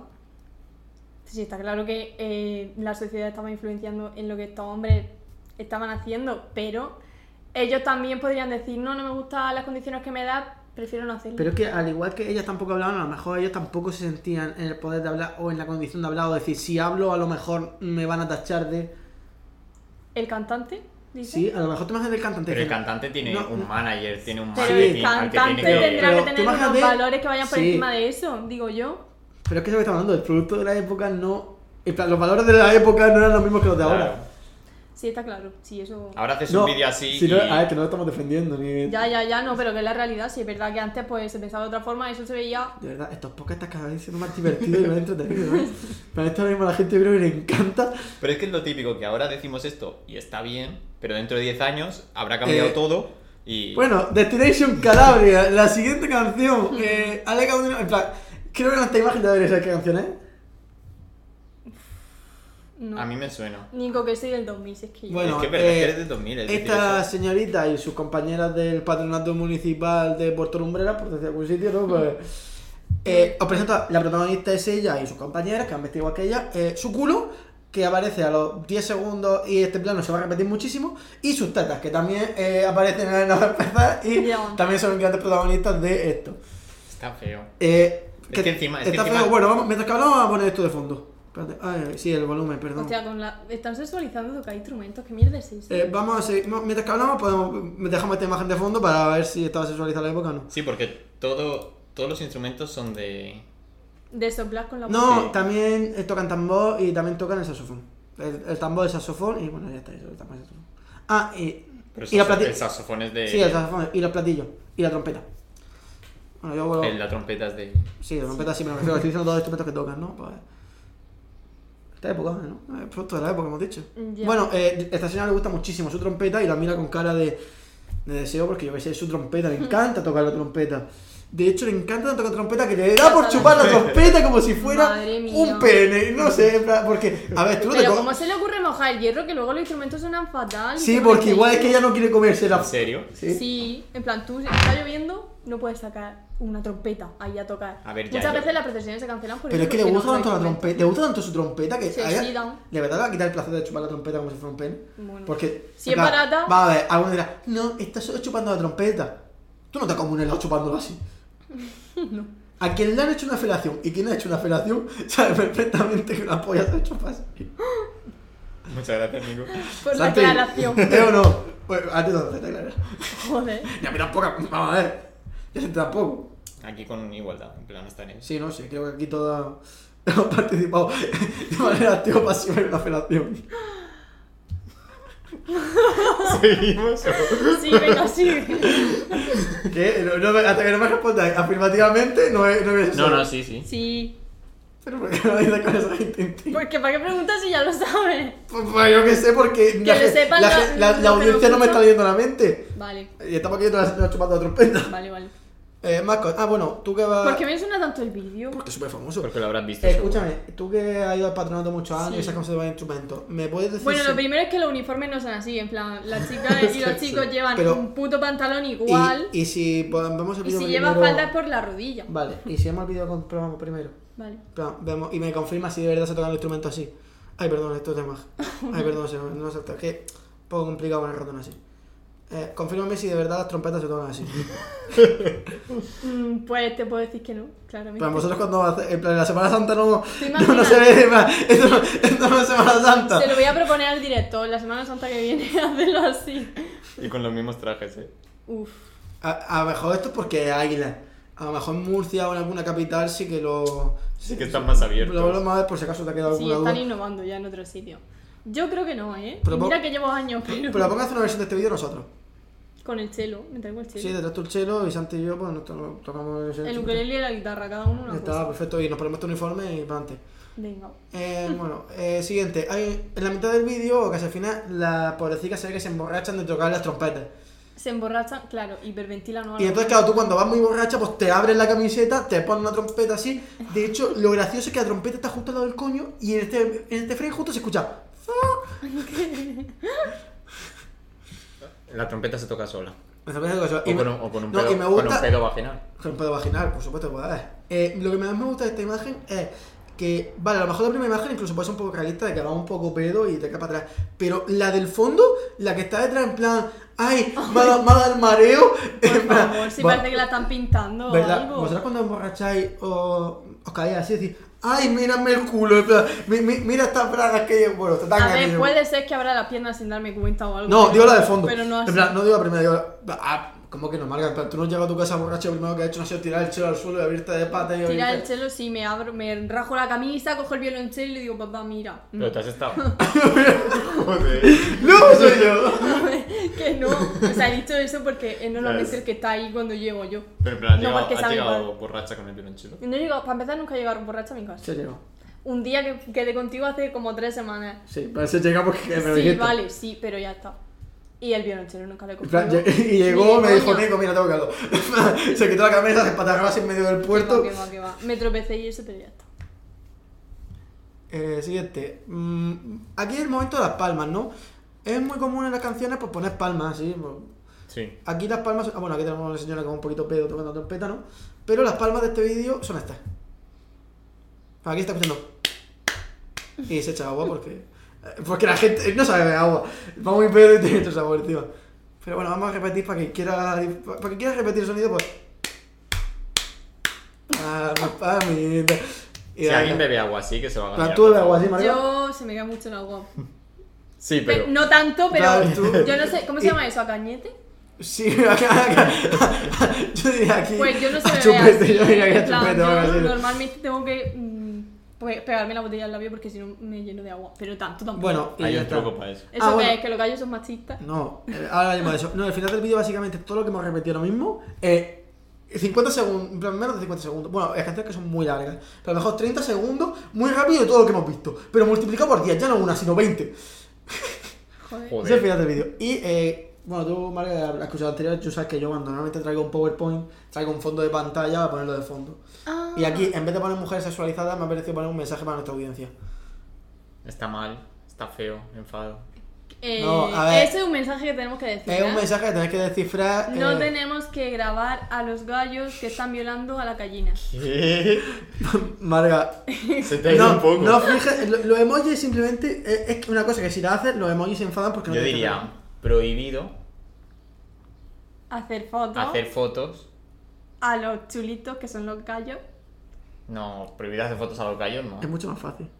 Speaker 2: Sí, está claro que eh, la sociedad estaba influenciando en lo que estos hombres estaban haciendo, pero ellos también podrían decir, no, no me gustan las condiciones que me da, prefiero no hacerlo.
Speaker 3: Pero es que al igual que ellas tampoco hablaban, a lo mejor ellos tampoco se sentían en el poder de hablar o en la condición de hablar o decir, si hablo a lo mejor me van a tachar de...
Speaker 2: ¿El cantante? Dice.
Speaker 3: Sí, a lo mejor tú imaginas el cantante.
Speaker 1: Pero el
Speaker 3: que-
Speaker 1: cantante tiene
Speaker 3: No,
Speaker 1: un
Speaker 3: no.
Speaker 1: manager, tiene un
Speaker 2: Pero
Speaker 1: marketing
Speaker 2: el
Speaker 1: al que
Speaker 2: cantante
Speaker 1: tiene que...
Speaker 2: tendrá
Speaker 3: Pero
Speaker 2: que
Speaker 3: tú
Speaker 2: tener unos
Speaker 3: imagínate-
Speaker 2: valores que vayan por
Speaker 3: Sí.
Speaker 2: encima de eso, digo yo.
Speaker 3: Pero es que eso que estamos hablando, el producto de la época no... en plan, los valores de la época no eran los mismos que los de ahora.
Speaker 1: Claro.
Speaker 2: Sí, está claro. Sí, eso...
Speaker 1: Ahora haces
Speaker 3: No,
Speaker 1: un vídeo así
Speaker 3: si no-
Speaker 1: y...
Speaker 3: A ver, que no lo estamos defendiendo ni...
Speaker 2: Ya, ya, ya, no, pero que es la realidad. Sí, es verdad que antes pues se pensaba de otra forma, eso se veía...
Speaker 3: De verdad, estos podcasts cada vez siendo más divertidos y más entretenidos. ¿no? Pero esto ahora mismo a la gente yo creo que le encanta.
Speaker 1: Pero es que es lo típico, que ahora decimos esto y está bien, pero dentro de 10 años habrá cambiado
Speaker 3: Eh,
Speaker 1: todo y...
Speaker 3: Bueno, Destination Calabria, la siguiente canción. Eh, Ale Gaudino- en plan, creo que no esta imagen de ver esa canción, ¿eh?
Speaker 2: No.
Speaker 1: A mí me suena.
Speaker 2: Nico, que soy del 2000, si es que yo...
Speaker 3: Bueno,
Speaker 1: es que es verdad, es
Speaker 3: eh,
Speaker 1: que eres de 2000. es decir,
Speaker 3: Esta
Speaker 1: eso.
Speaker 3: señorita y sus compañeras del patronato municipal de Puerto Lumbrera, por decir algún sitio, ¿no? Pues, eh, os presento, a- la protagonista es ella y sus compañeras, que han vestido igual que ella, eh, su culo, que aparece a los 10 segundos y este plano se va a repetir muchísimo, y sus tetas, que también eh, aparecen en la empezar y
Speaker 2: Ya.
Speaker 3: también son grandes protagonistas de esto.
Speaker 1: Está feo.
Speaker 3: Eh,
Speaker 1: Es que encima- es que
Speaker 3: está
Speaker 1: encima-
Speaker 3: feo. Bueno, vamos, mientras que hablamos, vamos a poner esto de fondo. Espérate. Ay, sí, el volumen, perdón.
Speaker 2: Hostia, con la... están sexualizando tocar instrumentos, qué mierda es eso.
Speaker 3: Eh, vamos a seguir. no, Mientras que hablamos, podemos, dejamos esta imagen de fondo para ver si estaba sexualizada la época o no.
Speaker 1: Sí, porque todo, todos los instrumentos son de...
Speaker 2: De soplar con la boca.
Speaker 3: No,
Speaker 1: Sí.
Speaker 3: también eh, tocan tambor y también tocan el saxofón. El, el tambor, el saxofón y bueno, ya está. Eso, el tambor, el saxofón. Ah, y,
Speaker 1: Pero el
Speaker 3: y la
Speaker 1: saxo-
Speaker 3: platilla.
Speaker 1: el saxofón es de...
Speaker 3: Sí, el saxofón y los platillos y la trompeta. Bueno, yo vuelvo.
Speaker 1: el- la trompeta es de...
Speaker 3: Sí, la trompeta sí, me lo refiero. Estoy diciendo todos los instrumentos que tocan, ¿no? Pues. Esta época, ¿no? Eh, Producto de la época, hemos dicho.
Speaker 2: Ya.
Speaker 3: Bueno, eh, a esta señora le gusta muchísimo su trompeta y la mira con cara de, de deseo porque yo que sé, su trompeta,
Speaker 2: Mm.
Speaker 3: le encanta tocar la trompeta. De hecho, le encanta tocar trompeta que le da por chupar la trompeta como si fuera
Speaker 2: Madre mía.
Speaker 3: un pene. No sé, en plan, porque, a ver, tú no te
Speaker 2: Pero
Speaker 3: co-
Speaker 2: ¿cómo se le ocurre mojar el hierro que luego los instrumentos suenan fatal?
Speaker 3: Sí,
Speaker 2: ¿Cómo
Speaker 3: porque igual es que ella no quiere comerse la.
Speaker 1: ¿En serio?
Speaker 3: Sí.
Speaker 2: Sí, en plan, tú si está lloviendo, no puedes sacar una trompeta ahí a tocar.
Speaker 1: A ver, ya,
Speaker 2: Muchas
Speaker 1: ya.
Speaker 2: veces las procesiones se cancelan por
Speaker 3: Pero es
Speaker 2: eso,
Speaker 3: que le
Speaker 2: porque
Speaker 3: gusta
Speaker 2: no
Speaker 3: tanto la
Speaker 2: hay instrumento.
Speaker 3: trompeta, le gusta tanto su trompeta que
Speaker 2: Se
Speaker 3: a ella-
Speaker 2: excitan.
Speaker 3: de verdad le va a quitar el placer de chupar la trompeta como si fuera un pene.
Speaker 2: Bueno.
Speaker 3: Porque
Speaker 2: Si es
Speaker 3: en plan,
Speaker 2: barata-
Speaker 3: Va a ver, alguno dirá, no, estás solo chupando la trompeta. Tú no te comes un helado chupándolo así. A quien le han hecho una felación y quien ha hecho una felación sabe perfectamente que una polla se ha hecho así.
Speaker 1: Muchas gracias, amigo.
Speaker 2: Por la
Speaker 3: Santi,
Speaker 2: aclaración.
Speaker 3: ¿eh o no? Pues antes no te aclaras.
Speaker 2: Joder.
Speaker 3: Ni a mí tampoco, vamos a ver. Ya se tampoco.
Speaker 1: Aquí con igualdad, en plan está en eso.
Speaker 3: Sí, no sé, creo que aquí todos hemos participado de manera activa o pasiva en una felación.
Speaker 1: Seguimos.
Speaker 2: Sí, venga, sí.
Speaker 3: ¿Qué? No- no me- hasta que no me respondáis afirmativamente, no es. No, es
Speaker 1: No, no, sí, sí.
Speaker 2: Sí.
Speaker 3: Pero ¿por qué no dices con eso Tintín?
Speaker 2: Porque ¿para qué preguntas si ya lo sabes?
Speaker 3: Pues, pues, yo qué sé, porque la,
Speaker 2: lo
Speaker 3: gen-
Speaker 2: sepan
Speaker 3: la,
Speaker 2: la-
Speaker 3: gen- la- la
Speaker 2: lo que lo
Speaker 3: audiencia no
Speaker 2: escucha.
Speaker 3: me está leyendo la mente.
Speaker 2: Vale,
Speaker 3: Y estamos aquí detrás de la chupando la trompeta.
Speaker 2: vale, vale.
Speaker 3: Eh, más cosas. Ah, bueno, tú que vas.
Speaker 2: ¿Por qué me suena tanto el vídeo?
Speaker 3: Porque es súper famoso.
Speaker 1: Porque lo habrás visto. seguro.
Speaker 3: escúchame, tú que has ido al patronato muchos años
Speaker 2: Sí.
Speaker 3: y sabes cómo se llevan instrumentos, ¿me puedes decir?
Speaker 2: Bueno,
Speaker 3: si-
Speaker 2: lo primero es que los uniformes no son así, en plan, las chicas y los
Speaker 3: Sí,
Speaker 2: chicos
Speaker 3: sí.
Speaker 2: llevan
Speaker 3: Pero-
Speaker 2: un puto pantalón
Speaker 3: y-
Speaker 2: igual
Speaker 3: Y, si pues, vemos el
Speaker 2: y,
Speaker 3: vídeo
Speaker 2: si pues-
Speaker 3: primero-
Speaker 2: llevas falda es por la rodilla.
Speaker 3: Vale, y si vemos el vídeo con- probamos primero.
Speaker 2: Vale.
Speaker 3: Plan, vemos, y me confirma si de verdad se tocan los instrumentos así. Ay, perdón, esto es de más. Ay, perdón, se- no se toca. Que un poco complicado con el ratón así. Eh, confírmame si de verdad las trompetas se tocan así.
Speaker 2: Mm, pues te puedo decir que no, claramente.
Speaker 3: Pero vosotros cuando hace- en plan, la Semana Santa no,
Speaker 2: Te
Speaker 3: no, no se ve más. Esto, no- esto no es Semana Santa.
Speaker 2: Se lo voy a proponer al director la Semana Santa que viene, hacerlo así.
Speaker 1: Y con los mismos trajes, eh.
Speaker 2: Uf.
Speaker 3: A, a lo mejor esto es porque es águila. A lo mejor en Murcia o en alguna capital sí que lo.
Speaker 1: Sí que están más abiertos.
Speaker 3: Lo volvemos a ver por si acaso te ha quedado
Speaker 2: Sí,
Speaker 3: alguna
Speaker 2: están
Speaker 3: duda.
Speaker 2: innovando ya en otro sitio. Yo creo que no, ¿eh?
Speaker 3: Pero
Speaker 2: Y
Speaker 3: po-
Speaker 2: mira que llevo años, pero...
Speaker 3: Pero vamos a hacer una versión de este vídeo nosotros.
Speaker 2: Con el chelo, me traigo el
Speaker 3: Sí,
Speaker 2: chelo.
Speaker 3: detrás tú el chelo y Santi y yo, pues nos to- tocamos ese
Speaker 2: el
Speaker 3: instrumento.
Speaker 2: ukelele y la guitarra, cada uno una
Speaker 3: Está pues.
Speaker 2: cosa.
Speaker 3: perfecto y nos ponemos tu uniforme y para adelante.
Speaker 2: Venga.
Speaker 3: Eh, bueno, eh, siguiente. Hay, en la mitad del vídeo, o casi al final, las pobrecitas se ve que se emborrachan de tocar las trompetas.
Speaker 2: Se emborrachan, claro, hiperventilan o
Speaker 3: Y
Speaker 2: algo.
Speaker 3: entonces, claro, tú cuando vas muy borracha, pues te abres la camiseta, te pones una trompeta así. De hecho, lo gracioso es que la trompeta está justo al lado del coño y en este, en este frame justo se escucha.
Speaker 1: La trompeta se toca sola.
Speaker 3: Me sorprende que eso- y
Speaker 1: O
Speaker 3: me-
Speaker 1: con un, o con un
Speaker 3: no,
Speaker 1: pedo,
Speaker 3: y me
Speaker 1: con un
Speaker 3: gusta.
Speaker 1: pedo vaginal.
Speaker 3: Con un pedo vaginal, por supuesto, pues, a ver. Eh, lo que más me gusta de esta imagen es que, vale, a lo mejor la primera imagen incluso puede ser un poco realista, de que va un poco pedo y te cae para atrás. Pero la del fondo, la que está detrás, en plan, ¡ay! Me ha dado- me ha dado el mareo.
Speaker 2: Por
Speaker 3: en plan,
Speaker 2: favor, si
Speaker 3: va-
Speaker 2: parece que la están pintando o
Speaker 3: ¿Verdad?
Speaker 2: algo.
Speaker 3: Vosotros cuando os emborracháis o os caéis así, decís, ¡ay, mírame el culo! en plan, mi- mi- mira estas bragas que llevo. Bueno, te
Speaker 2: A
Speaker 3: tan
Speaker 2: ver, puede ser que abra la pierna sin darme cuenta o algo.
Speaker 3: No,
Speaker 2: pero-
Speaker 3: digo la del fondo.
Speaker 2: Pero no así.
Speaker 3: En plan, no digo la primera, digo la... Ah, ¿Cómo que no, Marga? En plan, tú no has llegado a tu casa borracho, lo primero que has hecho no ha sido tirar el chelo al suelo y abrirte de pata y
Speaker 2: Tira el
Speaker 3: abrirte...
Speaker 2: chelo, sí, me abro, me rajo la camisa, cojo el violonchelo y le digo, papá, mira.
Speaker 1: Pero te has estado. Joder.
Speaker 3: ¡No, soy yo!
Speaker 2: que no. O sea, he dicho eso porque él no lo
Speaker 1: Claro.
Speaker 2: dice el que está ahí cuando llego yo.
Speaker 1: Pero en plan, has
Speaker 2: No,
Speaker 1: llegado,
Speaker 2: porque
Speaker 1: has
Speaker 2: sabe
Speaker 1: llegado
Speaker 2: igual.
Speaker 1: borracha con el violonchelo.
Speaker 2: Y No llego, para empezar, nunca he llegado borracha a mi casa.
Speaker 3: Se llegó.
Speaker 2: Un día que quedé contigo hace como tres semanas.
Speaker 3: Sí, pero se llega porque me lo
Speaker 2: sí,
Speaker 3: dijiste.
Speaker 2: vale, sí, pero ya está. Y el violonchelo nunca lo he
Speaker 3: En
Speaker 2: cogido.
Speaker 3: plan, lle- y llegó,
Speaker 2: Ni
Speaker 3: me
Speaker 2: de
Speaker 3: dijo,
Speaker 2: coña.
Speaker 3: Nico, mira, tengo que algo. se quitó la camisa, se patarraba así en medio del
Speaker 2: Que va,
Speaker 3: puerto.
Speaker 2: que va, que va. Me tropecé y eso, pero ya está.
Speaker 3: Eh, siguiente. Mm, aquí es el momento de las palmas, ¿no? Es muy común en las canciones pues, poner palmas, pues, sí.
Speaker 1: Sí.
Speaker 3: Aquí las palmas. Ah, bueno, aquí tenemos a una señora con un poquito pedo tocando trompeta, ¿no? Pero las palmas de este vídeo son estas. Ah, Aquí está escuchando. Y se echa agua porque. eh, Porque la gente no sabe beber agua. Va muy pedo y tiene mucho sabor, tío. Pero bueno, vamos a repetir para que quiera. Para que quiera repetir el sonido, pues. Palmas, palmita. Y
Speaker 1: Si
Speaker 3: ahí
Speaker 1: alguien
Speaker 3: está.
Speaker 1: bebe agua así, que se va a
Speaker 3: Plan,
Speaker 1: ganar.
Speaker 3: tú bebes agua así, María.
Speaker 2: Yo se me cae mucho el agua.
Speaker 1: Sí,
Speaker 2: Pe-
Speaker 1: pero.
Speaker 2: no tanto, pero
Speaker 3: Claro, tú-
Speaker 2: yo no sé, ¿cómo
Speaker 3: y-
Speaker 2: se llama eso? ¿A cañete?
Speaker 3: Sí, acá, acá. Yo diría aquí.
Speaker 2: Pues yo no sé
Speaker 3: a
Speaker 2: beber
Speaker 3: chupete,
Speaker 2: así.
Speaker 3: yo diría que a
Speaker 2: En plan,
Speaker 3: chupete.
Speaker 2: yo
Speaker 3: o algo así.
Speaker 2: normalmente tengo que mm, pues, pegarme la botella al labio porque si no me lleno de agua, pero tanto tampoco.
Speaker 3: Bueno, y
Speaker 1: Hay
Speaker 3: ya
Speaker 1: un
Speaker 3: está.
Speaker 1: truco para eso.
Speaker 2: eso
Speaker 3: ah,
Speaker 2: que
Speaker 3: bueno.
Speaker 2: es que los gallos son machistas.
Speaker 3: No, eh, ahora hablamos de eso. No, el final del vídeo básicamente es todo lo que hemos repetido ahora mismo. Eh, 50 segundos, en plan, menos de 50 segundos. Bueno, las canciones que son muy largas. Pero a lo mejor 30 segundos, muy rápido de todo lo que hemos visto. Pero multiplicado por 10, ya no una, sino 20.
Speaker 2: Joder.
Speaker 1: Joder.
Speaker 3: Ese es el final del vídeo. Y, eh, bueno, tú, Marga, has escuchado anterior, tú sabes que yo cuando normalmente traigo un PowerPoint, traigo un fondo de pantalla para ponerlo de fondo.
Speaker 2: Ah,
Speaker 3: Y aquí, en vez de poner mujeres sexualizadas, me ha parecido poner un mensaje para nuestra audiencia.
Speaker 1: Está mal, está feo, enfado.
Speaker 2: eh,
Speaker 3: No, a ver.
Speaker 2: Ese es un mensaje que tenemos que decir.
Speaker 3: Es un
Speaker 2: ¿eh?
Speaker 3: mensaje que tenéis que descifrar.
Speaker 2: No
Speaker 3: eh,
Speaker 2: tenemos que grabar a los gallos que están violando a la gallina.
Speaker 1: ¿Qué?
Speaker 3: Marga,
Speaker 1: Se te ha ido
Speaker 3: no,
Speaker 1: un poco.
Speaker 3: no fije- lo- los emojis simplemente eh, es una cosa que si la haces, los emojis se enfadan porque no
Speaker 1: Yo
Speaker 3: te
Speaker 1: diría
Speaker 3: enfadan.
Speaker 1: prohibido
Speaker 2: Hacer fotos
Speaker 1: hacer fotos.
Speaker 2: a los chulitos que son los gallos.
Speaker 1: No, prohibido hacer fotos a los gallos, no.
Speaker 3: Es mucho más fácil.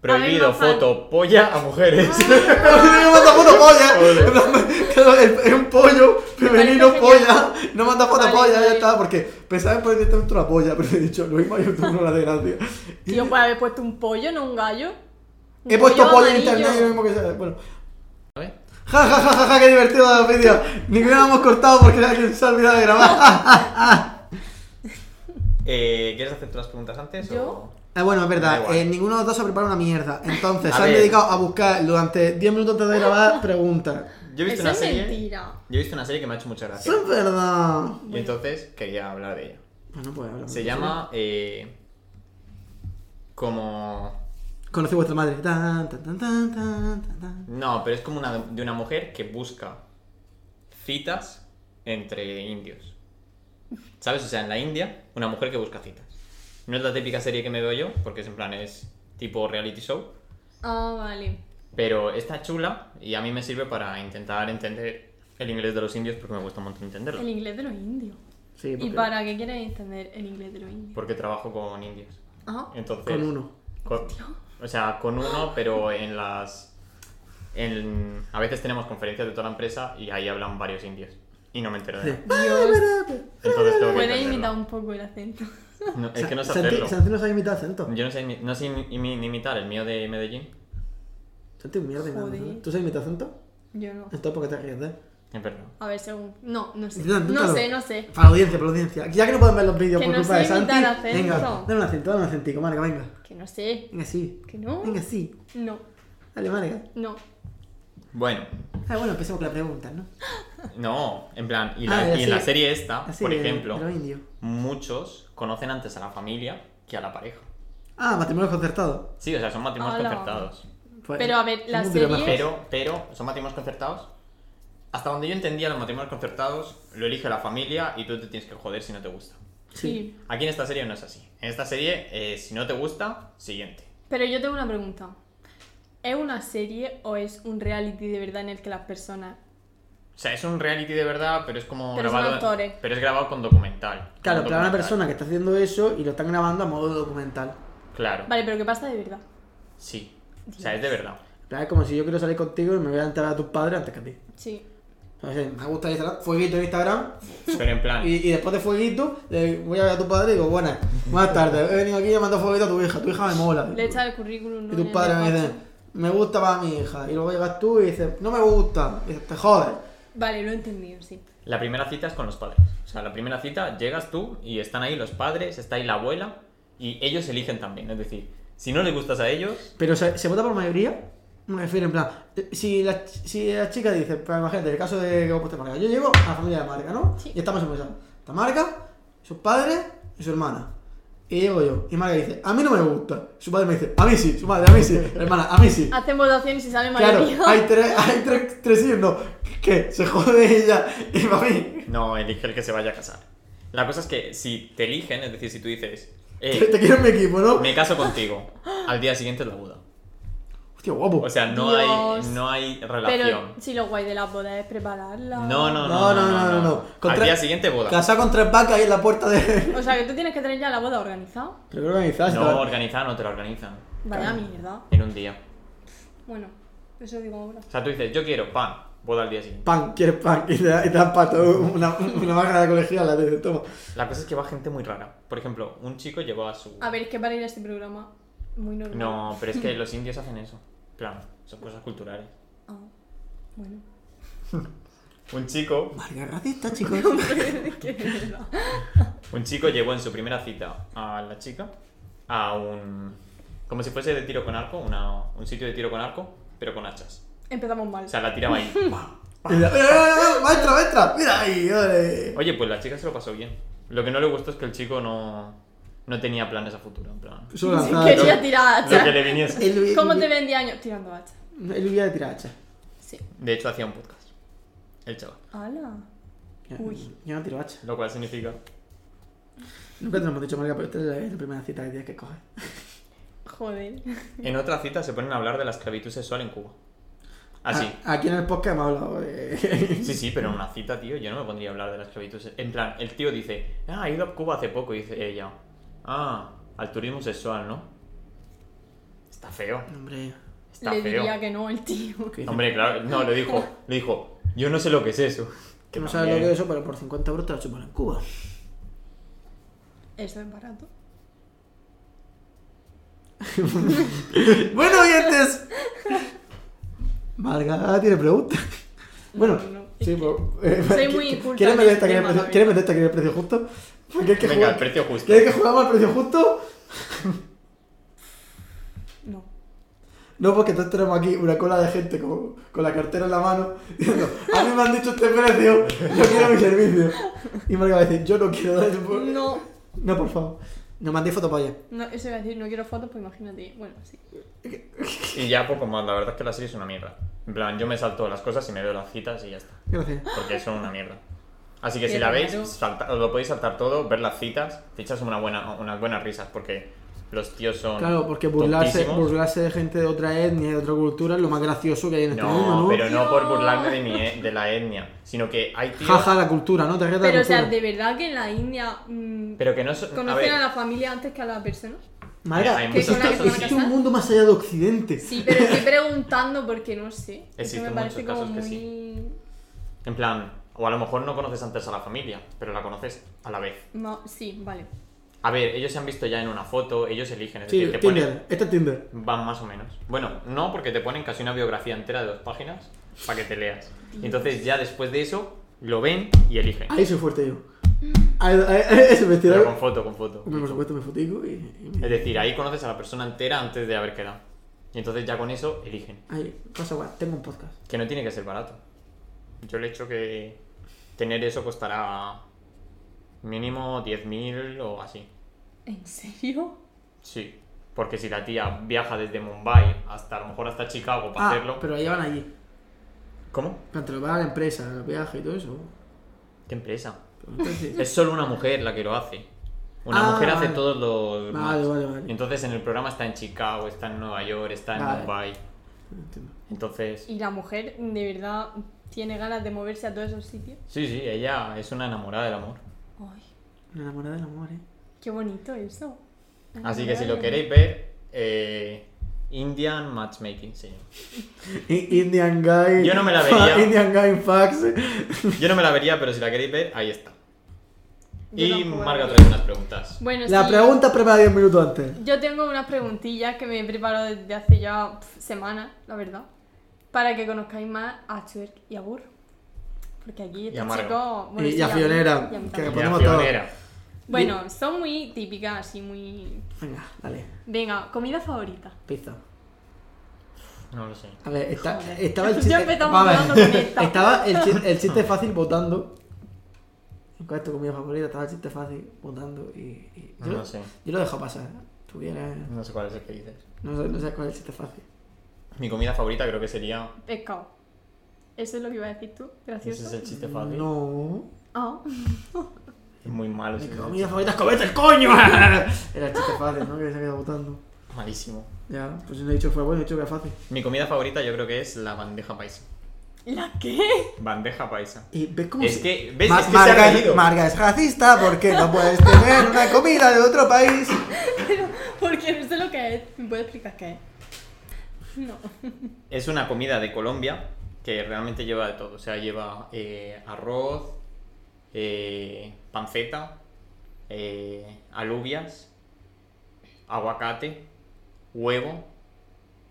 Speaker 1: Prohibido
Speaker 2: A ver, Ah. Rafa.
Speaker 1: foto polla a mujeres.
Speaker 3: Pero si no manda foto polla. Claro, el- Es un pollo femenino
Speaker 2: parece
Speaker 3: polla. No manda foto
Speaker 2: Vale,
Speaker 3: polla, ya
Speaker 2: vale.
Speaker 3: está. Porque pensaba en poner directamente una polla, pero he dicho, lo mismo hay una la desgracia.
Speaker 2: Tío, pues, puede haber puesto un pollo, no un gallo. Un
Speaker 3: He puesto
Speaker 2: pollo
Speaker 3: polla en
Speaker 2: amarillo.
Speaker 3: internet y lo mismo que sea. Bueno,
Speaker 1: ¿sabes?
Speaker 3: Ja, ja, ja, ja, ja, qué divertido la vídeo. Ninguno lo hemos cortado porque alguien se ha olvidado de grabar.
Speaker 1: Eh, ¿Quieres hacer tú las preguntas antes?
Speaker 2: ¿Yo?
Speaker 1: o-
Speaker 3: Ah, bueno, es
Speaker 1: Da
Speaker 3: verdad,
Speaker 1: igual.
Speaker 3: eh, ninguno de los dos se prepara una mierda. Entonces,
Speaker 1: A
Speaker 3: se han
Speaker 1: ver.
Speaker 3: dedicado a buscar durante 10 minutos antes de grabar preguntas.
Speaker 1: Yo he visto
Speaker 2: Eso
Speaker 1: una
Speaker 2: es
Speaker 1: serie.
Speaker 2: mentira.
Speaker 1: Yo he visto una serie que me ha hecho mucha gracia.
Speaker 3: Eso es verdad.
Speaker 1: Y entonces quería hablar de ella.
Speaker 3: Bueno, pues hablamos.
Speaker 1: Se llama. eh, como.
Speaker 3: Conocí a vuestra madre. Tan, tan, tan, tan, tan, tan, tan.
Speaker 1: No, pero es como una de una mujer que busca citas entre indios. ¿Sabes? O sea, en la India, una mujer que busca citas. No es la típica serie que me veo yo, porque es en plan es tipo reality show.
Speaker 2: Ah, vale.
Speaker 1: Pero está chula y a mí me sirve para intentar entender el inglés de los indios porque me gusta un montón entenderlo.
Speaker 2: El inglés de los indios.
Speaker 3: Sí,
Speaker 2: ¿Y
Speaker 3: porque-
Speaker 2: para qué quieres entender el inglés de los indios?
Speaker 1: Porque trabajo con indios.
Speaker 2: Ajá.
Speaker 1: Entonces,
Speaker 3: Con uno.
Speaker 1: con- o sea, con uno, pero en las. En, a veces tenemos conferencias de toda la empresa y ahí hablan varios indios. Y no me entero de
Speaker 3: Sí.
Speaker 1: nada.
Speaker 2: Dios.
Speaker 1: Entonces tengo que
Speaker 2: Puedes
Speaker 1: entenderlo.
Speaker 2: imitar un poco el acento.
Speaker 1: No, es que no sé
Speaker 3: Santi-
Speaker 1: hacerlo.
Speaker 3: Santi no sabe imitar acento.
Speaker 1: Yo no sé, imi- no sé imi- imi- imitar el mío de Medellín.
Speaker 3: Santi es un mierda. y nada más,
Speaker 2: Joder.
Speaker 3: ¿eh? ¿Tú sabes imitar acento?
Speaker 2: Yo no.
Speaker 3: Entonces, ¿por qué te ríes de él?
Speaker 1: Es verdad.
Speaker 2: A ver, según. No, no sé.
Speaker 3: Intenta,
Speaker 2: No
Speaker 3: inténtalo.
Speaker 2: sé, no sé.
Speaker 3: Para la audiencia, para la audiencia. Ya que no pueden ver los vídeos
Speaker 2: Que
Speaker 3: por
Speaker 2: no
Speaker 3: culpa
Speaker 2: sé
Speaker 3: de Santi.
Speaker 2: imitar acento.
Speaker 3: Venga, dame un acento, dame un acentico, marca, venga.
Speaker 2: Que no sé.
Speaker 3: Venga, sí.
Speaker 2: Que no.
Speaker 3: Venga, sí.
Speaker 2: No,
Speaker 3: Dale, marca.
Speaker 2: no.
Speaker 1: Bueno,
Speaker 3: Ah, bueno, empecemos con la pregunta, ¿no?
Speaker 1: no, en plan, y, la-
Speaker 3: Ah,
Speaker 1: y en la
Speaker 3: así-
Speaker 1: serie esta,
Speaker 3: Así
Speaker 1: por
Speaker 3: de-
Speaker 1: ejemplo,
Speaker 3: de los indios.
Speaker 1: muchos conocen antes a la familia que a la pareja.
Speaker 3: Ah, matrimonio concertado.
Speaker 1: Sí, o sea, son matrimonios
Speaker 2: Ala.
Speaker 1: concertados.
Speaker 3: Pues,
Speaker 2: Pero, a ver,
Speaker 3: es
Speaker 2: la
Speaker 3: un dilema.
Speaker 2: serie-
Speaker 1: Pero, pero, son matrimonios concertados. Hasta donde yo entendía los matrimonios concertados, lo elige la familia y tú te tienes que joder si no te gusta.
Speaker 3: Sí.
Speaker 2: Sí.
Speaker 1: Aquí en esta serie no es así. En esta serie, eh, si no te gusta, siguiente.
Speaker 2: Pero yo tengo una pregunta. ¿Es una serie o es un reality de verdad en el que las personas.
Speaker 1: O sea, es un reality de verdad, pero es como
Speaker 2: Pero son
Speaker 1: grabado.
Speaker 2: actores.
Speaker 1: Pero es grabado con documental.
Speaker 3: Claro,
Speaker 1: Con
Speaker 3: pero una
Speaker 1: documental.
Speaker 3: persona que está haciendo eso y lo están grabando a modo documental.
Speaker 1: Claro.
Speaker 2: Vale, pero ¿qué pasa de verdad?
Speaker 1: Sí. O sea, es de verdad.
Speaker 3: En plan, Es como si yo quiero salir contigo y me voy a enterar a tus padres antes que a ti.
Speaker 2: Sí.
Speaker 3: O sea, me gusta Instagram, fueguito en Instagram.
Speaker 1: Pero en plan.
Speaker 3: Y, y después de fueguito, le voy a ver a tu padre y digo, buenas, buenas tardes. He venido aquí y he mandado fueguito a tu hija. Tu hija me mola.
Speaker 2: Le echa el currículum. ¿no?
Speaker 3: Y
Speaker 2: en
Speaker 3: tus
Speaker 2: el
Speaker 3: padres me
Speaker 2: despacho.
Speaker 3: dicen, me gusta para mi hija. Y luego llegas tú y dices, no me gusta. Y dices, te jodes.
Speaker 2: Vale, lo he entendido, sí.
Speaker 1: La primera cita es con los padres. O sea, la primera cita llegas tú y están ahí los padres, está ahí la abuela y ellos eligen también. Es decir, si no les gustas a ellos,
Speaker 3: Pero se, se vota por mayoría. Me refiero, en plan, eh, si la, ch- si la chica dice, pues imagínate, el caso de que vos puesto marca, yo llego a la familia de marca, ¿no?
Speaker 2: Sí.
Speaker 3: Y estamos en Esta marca, sus padres y su hermana. Y llego yo, y marca dice, a mí no me gusta. Su padre me dice, a mí sí, su madre, a mí sí, la hermana, a mí sí.
Speaker 2: Hacen votaciones y sale
Speaker 3: Claro,
Speaker 2: mayoría.
Speaker 3: hay tres, hay tres, tres sí, no. ¿Qué? Se jode ella y para mí.
Speaker 1: no elige el que se vaya a casar. La cosa es que si te eligen, es decir, si tú dices,
Speaker 3: Te,
Speaker 1: eh,
Speaker 3: te quiero en mi equipo, ¿no?
Speaker 1: me caso contigo, al día siguiente es la boda.
Speaker 3: Hostia, guapo.
Speaker 1: O sea, no
Speaker 2: Dios.
Speaker 1: hay no hay relación.
Speaker 2: Pero si lo guay de las bodas es prepararla.
Speaker 1: No, no, no,
Speaker 3: No,
Speaker 1: no,
Speaker 3: no, no, no, no. Con
Speaker 1: Al
Speaker 3: tres-
Speaker 1: día siguiente boda.
Speaker 3: Casar con tres vacas ahí en la puerta de.
Speaker 2: O sea, que tú tienes que tener ya la boda organizada.
Speaker 3: Pero creo que quizás.
Speaker 1: No, organizada no te la organizan
Speaker 2: Vaya
Speaker 3: Claro.
Speaker 2: mierda.
Speaker 1: en un día.
Speaker 2: Bueno, eso digo ahora.
Speaker 1: O sea, tú dices, yo quiero pan, boda al día siguiente.
Speaker 3: pan, quieres pan, y te, da- y te dan pato, una, una baja de la colegiala, te dice, toma.
Speaker 1: La cosa es que va gente muy rara. Por ejemplo, un chico llevó a su.
Speaker 2: A ver, es que para ir a este programa, muy normal.
Speaker 1: No, pero es que los indios hacen eso. En Plan, son cosas culturales.
Speaker 2: Ah, bueno.
Speaker 1: Un chico,
Speaker 3: Marga racista, chicos.
Speaker 2: Qué mierda.
Speaker 1: un chico llevó en su primera cita a la chica a un. como si fuese de tiro con arco, una- un sitio de tiro con arco, pero con hachas.
Speaker 2: Empezamos mal.
Speaker 1: O sea, la tiraba ahí.
Speaker 3: Y la- ¡Eh, eh, eh! maestra, maestra! ¡Mira ahí, ole!
Speaker 1: Oye, pues la chica se lo pasó bien. Lo que no le gustó es que el chico no, no tenía planes a futuro. En plan,
Speaker 3: Solo lanzada.
Speaker 2: Quería tirar
Speaker 1: lo que
Speaker 2: hacha.
Speaker 1: le viniese.
Speaker 3: Él hubiera-
Speaker 2: ¿Cómo te vendía años? Tirando hacha.
Speaker 3: Él hubiera de tirar hacha.
Speaker 2: Sí.
Speaker 1: De hecho, hacía un podcast. El chaval.
Speaker 2: ¡Hala! Uy.
Speaker 3: Yo no tiro hacha.
Speaker 1: Lo cual significa.
Speaker 3: Nunca te lo hemos dicho, Marga, pero esta es la, es la primera cita que tienes que coger.
Speaker 2: Joder.
Speaker 1: En otra cita se ponen a hablar de la esclavitud sexual en Cuba.
Speaker 2: Ah,
Speaker 1: Así.
Speaker 3: A- aquí en el podcast hemos hablado eh. de.
Speaker 1: Sí, sí, pero en una cita, tío, yo no me pondría a hablar de la esclavitud. se- En plan, el tío dice, ah, he ido a Cuba hace poco, y dice ella. Ah, al turismo sexual, ¿no? Está feo,
Speaker 3: Hombre.
Speaker 1: está
Speaker 2: le
Speaker 1: feo.
Speaker 2: diría que no el tío.
Speaker 3: que-
Speaker 1: Hombre, claro, no, le dijo, le dijo, yo no sé lo que es eso.
Speaker 3: Que no
Speaker 1: también-
Speaker 3: sabes lo que es eso, pero por 50 euros te lo chupan en Cuba.
Speaker 2: Eso es barato.
Speaker 3: bueno, oyentes. Marga tiene preguntas. Bueno,
Speaker 2: no, es
Speaker 3: sí,
Speaker 2: que
Speaker 3: pues.
Speaker 2: soy
Speaker 3: ¿qui-
Speaker 2: muy
Speaker 3: qui-
Speaker 2: inculta
Speaker 3: ¿Quieres
Speaker 2: en este
Speaker 3: meter esta que es el
Speaker 2: tema,
Speaker 3: precio-
Speaker 2: David.
Speaker 3: ¿Quieres meter esta que es el precio justo? Porque es que
Speaker 1: Venga, el
Speaker 3: jugar-
Speaker 1: precio justo.
Speaker 3: ¿Quieres que jugamos al precio justo?
Speaker 2: No.
Speaker 3: No, porque entonces tenemos aquí una cola de gente con, con la cartera en la mano diciendo: A mí me han dicho este precio, yo quiero mi servicio. Y Marga va a decir: Yo no quiero dar ese por-
Speaker 2: No.
Speaker 3: No, por favor. No mandéis fotopollas.
Speaker 2: No, eso iba a decir, no quiero fotos, pues imagínate. Bueno, sí.
Speaker 1: Y ya poco más, la verdad es que la serie es una mierda. En plan, yo me salto las cosas y me veo las citas y ya está.
Speaker 3: Gracias.
Speaker 1: Porque son una mierda. Así que
Speaker 2: Qué
Speaker 1: si la veis,
Speaker 2: raro.
Speaker 1: salta- os lo podéis saltar todo, ver las citas, te echas una buena, unas buenas risas porque los tíos son.
Speaker 3: Claro, porque burlarse,
Speaker 1: tontísimos.
Speaker 3: burlarse de gente de otra etnia, de otra cultura, es lo más gracioso que hay en este mundo,
Speaker 1: No,
Speaker 3: ¿no?
Speaker 1: pero no por
Speaker 2: No.
Speaker 1: burlarme de, mi e- de la etnia, sino que hay tíos.
Speaker 3: Jaja, la cultura, ¿no? Te retas la
Speaker 2: Pero, o sea,
Speaker 3: cultura.
Speaker 2: de verdad que en la India mm,
Speaker 1: Pero que no son. a ver,
Speaker 2: conocen a, la familia antes que a la persona.
Speaker 3: Marga,
Speaker 1: Hay
Speaker 3: que
Speaker 2: muchos
Speaker 3: existe-
Speaker 2: casos.
Speaker 3: existe un mundo más allá de Occidente.
Speaker 2: Sí, pero estoy preguntando porque no sé. Eso
Speaker 1: Existen
Speaker 2: me parece
Speaker 1: muchos
Speaker 2: como
Speaker 1: casos
Speaker 2: muy.
Speaker 1: que En plan, o a lo mejor no conoces antes a la familia, pero la conoces a la vez.
Speaker 2: No, sí, vale.
Speaker 1: A ver, ellos se han visto ya en una foto, ellos eligen, es
Speaker 3: Sí,
Speaker 1: decir, te
Speaker 3: Tinder,
Speaker 1: ponen.
Speaker 3: este es Tinder.
Speaker 1: Van más o menos. Bueno, no, porque te ponen casi una biografía entera de dos páginas para que te leas. Y entonces ya después de eso, lo ven y eligen.
Speaker 3: Ahí soy fuerte yo.
Speaker 2: Mm.
Speaker 3: Ahí- ahí- ahí-
Speaker 1: Pero
Speaker 3: Ese me
Speaker 1: con
Speaker 3: estiraron.
Speaker 1: foto, con foto.
Speaker 3: Por supuesto, me fotico y. y me-
Speaker 1: Es decir, ahí conoces a la persona entera antes de haber quedado. Y entonces ya con eso eligen.
Speaker 3: Ahí, pasa guay, tengo un podcast.
Speaker 1: Que no tiene que ser barato. Yo le echo que tener eso costará mínimo 10.000 o así.
Speaker 2: ¿En serio?
Speaker 1: Sí. Porque si la tía viaja desde Mumbai hasta a lo mejor hasta Chicago para
Speaker 3: Ah,
Speaker 1: hacerlo.
Speaker 3: pero la llevan allí.
Speaker 1: ¿Cómo?
Speaker 3: Pero Te lo van a la empresa, los viajes y todo eso.
Speaker 1: ¿Qué empresa?
Speaker 3: Pero entonces-
Speaker 1: Es solo una mujer la que lo hace. Una
Speaker 3: Ah,
Speaker 1: mujer hace
Speaker 3: vale.
Speaker 1: todos los.
Speaker 3: Vale,
Speaker 1: match.
Speaker 3: vale, vale.
Speaker 1: Entonces en el programa está en Chicago, está en Nueva York, está en
Speaker 3: Vale.
Speaker 1: Mumbai.
Speaker 3: No entiendo.
Speaker 1: Entonces.
Speaker 2: ¿Y la mujer de verdad tiene ganas de moverse a todos esos sitios?
Speaker 1: Sí, sí, ella es una enamorada del amor.
Speaker 2: Ay,
Speaker 3: Me enamoré del amor, eh.
Speaker 2: qué bonito eso. Ah,
Speaker 1: Así que si lo
Speaker 2: Ay,
Speaker 1: queréis ver, eh, Indian Matchmaking, sí.
Speaker 3: I- Indian Guy.
Speaker 1: Yo no me la vería.
Speaker 3: Indian Guy in Fax.
Speaker 2: Pues
Speaker 1: Yo no me la vería, pero si la queréis ver, ahí está.
Speaker 2: yo
Speaker 1: y
Speaker 2: tampoco la
Speaker 1: Marga
Speaker 2: veo.
Speaker 1: trae unas preguntas.
Speaker 2: Bueno,
Speaker 3: La
Speaker 2: sí,
Speaker 3: pregunta preparada 10 minutos antes.
Speaker 2: Yo tengo unas preguntillas que me he preparado desde hace ya pf, semanas, la verdad, para que conozcáis más a Chuerk y a Burr. Porque aquí estos
Speaker 1: Amargo.
Speaker 2: chicos.
Speaker 3: Y- y
Speaker 2: sí,
Speaker 3: a
Speaker 2: Burr
Speaker 3: Fionera,
Speaker 2: y a mí
Speaker 3: que-
Speaker 2: también.
Speaker 1: Y a
Speaker 3: ponemos todo.
Speaker 1: Pionera.
Speaker 2: Bueno, son muy típicas, así muy.
Speaker 3: Venga, dale.
Speaker 2: Venga, comida favorita.
Speaker 3: Pizza.
Speaker 1: No lo sé.
Speaker 3: A ver, está- estaba el
Speaker 2: Ya
Speaker 3: chiste.
Speaker 2: empezamos
Speaker 3: Vamos a ver.
Speaker 2: hablando con esta.
Speaker 3: Estaba el chiste, el chiste fácil votando. ¿Cuál es tu comida favorita? Estaba el chiste fácil votando y. y- yo,
Speaker 1: No lo sé.
Speaker 3: yo lo dejo pasar. Tuviera.
Speaker 1: No sé cuál es el que dices.
Speaker 3: No sé, no sé cuál es el chiste fácil.
Speaker 1: Mi comida favorita creo que sería.
Speaker 2: Pescado. Eso es lo que iba a decir tú, gracioso.
Speaker 1: Ese es el chiste fácil.
Speaker 3: No.
Speaker 2: Ah,
Speaker 1: Es muy malo.
Speaker 3: Mi
Speaker 1: ese chiste.
Speaker 3: comida favorita es comete el coño. Era el chiste fácil, ¿no? Que se ha quedado votando.
Speaker 1: Malísimo.
Speaker 3: Ya, pues no he dicho que fue bueno, he dicho que era fácil.
Speaker 1: Mi comida favorita yo creo que es la bandeja paisa.
Speaker 2: ¿la qué?
Speaker 1: Bandeja paisa.
Speaker 3: Y ves cómo
Speaker 1: Es
Speaker 3: se-
Speaker 1: que, ¿ves?
Speaker 3: Ma-
Speaker 1: es que se
Speaker 3: Marga,
Speaker 1: ha reído.
Speaker 3: Marga es racista porque no puedes tener una comida de otro país.
Speaker 2: Porque no sé lo que es. ¿Me puedes explicar qué es? No.
Speaker 1: Es una comida de Colombia que realmente lleva de todo. O sea, lleva eh, arroz, eh, panceta, eh, alubias, aguacate, huevo,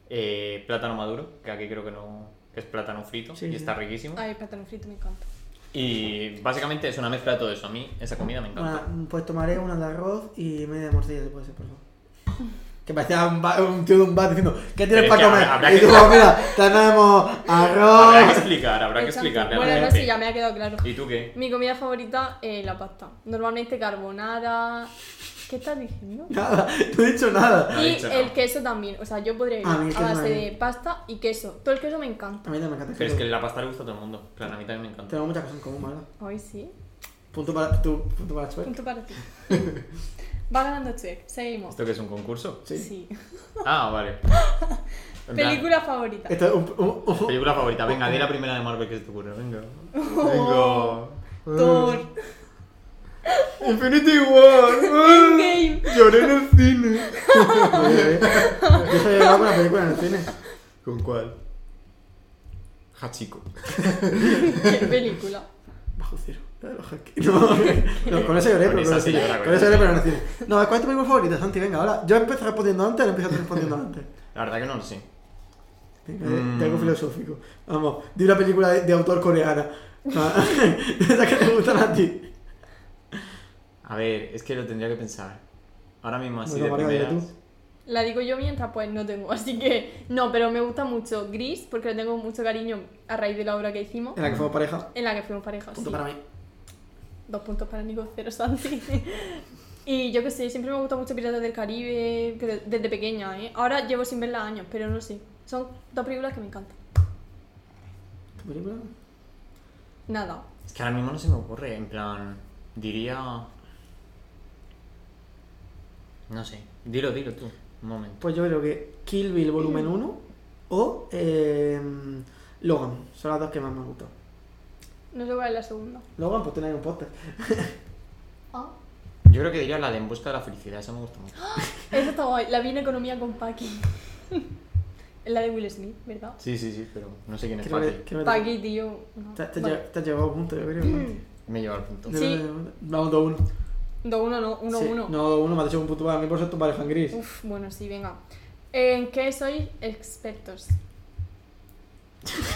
Speaker 1: eh, plátano maduro, que aquí creo que no que es plátano frito
Speaker 3: Sí,
Speaker 1: y
Speaker 3: sí.
Speaker 1: está riquísimo.
Speaker 2: Ay, plátano frito me encanta.
Speaker 1: Y básicamente es una mezcla de todo eso. A mí esa comida me encanta.
Speaker 3: Una- pues tomaré una de arroz y media de morcilla, si puede ser, por favor. Que parecía un, ba- un tío de un bar diciendo, ¿qué
Speaker 1: Pero
Speaker 3: tienes
Speaker 1: es
Speaker 3: para
Speaker 1: que
Speaker 3: comer?
Speaker 1: habrá- habrá
Speaker 3: y
Speaker 1: que-
Speaker 3: tú, mira, tenemos
Speaker 1: Habrá que
Speaker 3: arroz.
Speaker 1: explicar, habrá que explicarle a la
Speaker 2: Bueno, no
Speaker 1: gente.
Speaker 2: sé, ya me ha quedado claro.
Speaker 1: ¿Y tú qué?
Speaker 2: Mi comida favorita es la pasta. Normalmente carbonara. ¿Qué estás diciendo?
Speaker 3: Nada, no he dicho nada.
Speaker 1: No he
Speaker 2: Y
Speaker 1: dicho
Speaker 2: el
Speaker 1: nada.
Speaker 2: queso también. O sea, yo podría ir
Speaker 3: A mí el
Speaker 2: a
Speaker 3: queso
Speaker 2: base
Speaker 3: también.
Speaker 2: de pasta y queso. Todo el queso me encanta.
Speaker 3: A mí también me encanta. el
Speaker 1: Pero es
Speaker 3: queso.
Speaker 1: que la pasta le gusta a todo el mundo. Claro, a mí también me encanta.
Speaker 3: Tenemos muchas cosas en común, ¿verdad?
Speaker 2: Hoy sí.
Speaker 3: Punto para, tú, punto para Chuec.
Speaker 2: Punto para ti. Va ganando Chuck. Seguimos.
Speaker 1: ¿Esto que es un concurso?
Speaker 3: Sí.
Speaker 2: Sí.
Speaker 1: Ah, vale. En plan,
Speaker 2: Película favorita.
Speaker 3: Esto es un, un- un-
Speaker 1: película favorita. Venga, di la primera de Marvel que se te ocurre. Venga. Venga.
Speaker 2: Thor.
Speaker 1: Infinity War. Ah.
Speaker 2: Endgame.
Speaker 1: Lloré en el cine.
Speaker 3: Yo soy de una película en el cine.
Speaker 1: ¿Con cuál? Hachiko.
Speaker 2: ¿Qué película?
Speaker 3: Bajo cero. La de los hackers. No, no, con eso lloré,
Speaker 1: Con
Speaker 3: pero
Speaker 1: esa
Speaker 3: con,
Speaker 1: sí
Speaker 3: eso lloré.
Speaker 1: llora,
Speaker 3: Con
Speaker 1: con
Speaker 3: eso
Speaker 1: esa sí
Speaker 3: lloré, pero no decir. No, ¿cuál es tu película favorita, Santi? Venga, ahora. Yo empiezo respondiendo antes, ahora empiezo tú respondiendo antes.
Speaker 1: La verdad que no lo sé.
Speaker 3: Venga,
Speaker 1: Mm.
Speaker 3: de algo filosófico. Vamos, de una película de, de autor coreana. Ah, de esas que te gustan a ti.
Speaker 1: A ver, es que lo tendría que pensar. Ahora mismo así
Speaker 3: Bueno,
Speaker 1: de
Speaker 3: Marga, dime
Speaker 1: primeras.
Speaker 3: tú.
Speaker 2: La digo yo mientras pues no tengo, así que no, pero me gusta mucho Gris porque le tengo mucho cariño a raíz de la obra que hicimos,
Speaker 3: En la que fuimos pareja.
Speaker 2: en la que fuimos pareja.
Speaker 3: Punto
Speaker 2: sí.
Speaker 3: para mí.
Speaker 2: Dos puntos para Nico, cero Santi. y yo que sé, siempre me gusta mucho Piratas del Caribe, que de- desde pequeña, ¿eh? Ahora llevo sin verla años, pero no sé. Son dos películas que me encantan.
Speaker 3: ¿Tu película?
Speaker 2: Nada.
Speaker 1: Es que ahora mismo no se me ocurre, en plan, diría... No sé, dilo, dilo tú, un momento.
Speaker 3: Pues yo creo que Kill Bill volumen 1 o eh, Logan. Son las dos que más me han gustado.
Speaker 2: No sé cuál es la segunda.
Speaker 3: Logan, pues tenéis un póster.
Speaker 2: Ah.
Speaker 1: Yo creo que diría la de En Busca de la Felicidad, esa me gusta mucho.
Speaker 2: Esa está guay. La vi en economía con Paki. es la de Will Smith, ¿verdad?
Speaker 1: Sí, sí, sí, pero no sé quién es
Speaker 3: Creo que,
Speaker 1: Pati.
Speaker 3: creo que te-
Speaker 2: Paki, tío. no.
Speaker 3: te, te,
Speaker 2: Vale.
Speaker 3: lle- te has llevado punto, yo creo. Santi.
Speaker 1: Me lleva al punto.
Speaker 3: Yo
Speaker 2: Mm. Sí.
Speaker 3: creo que- Vamos, 2-1.
Speaker 2: Dos, uno, no. Uno,
Speaker 3: Sí,
Speaker 2: uno.
Speaker 3: No, 2-1, me has hecho un punto para mí por ser tu pareja en gris.
Speaker 2: Uf, bueno, sí, venga. ¿En qué sois expertos?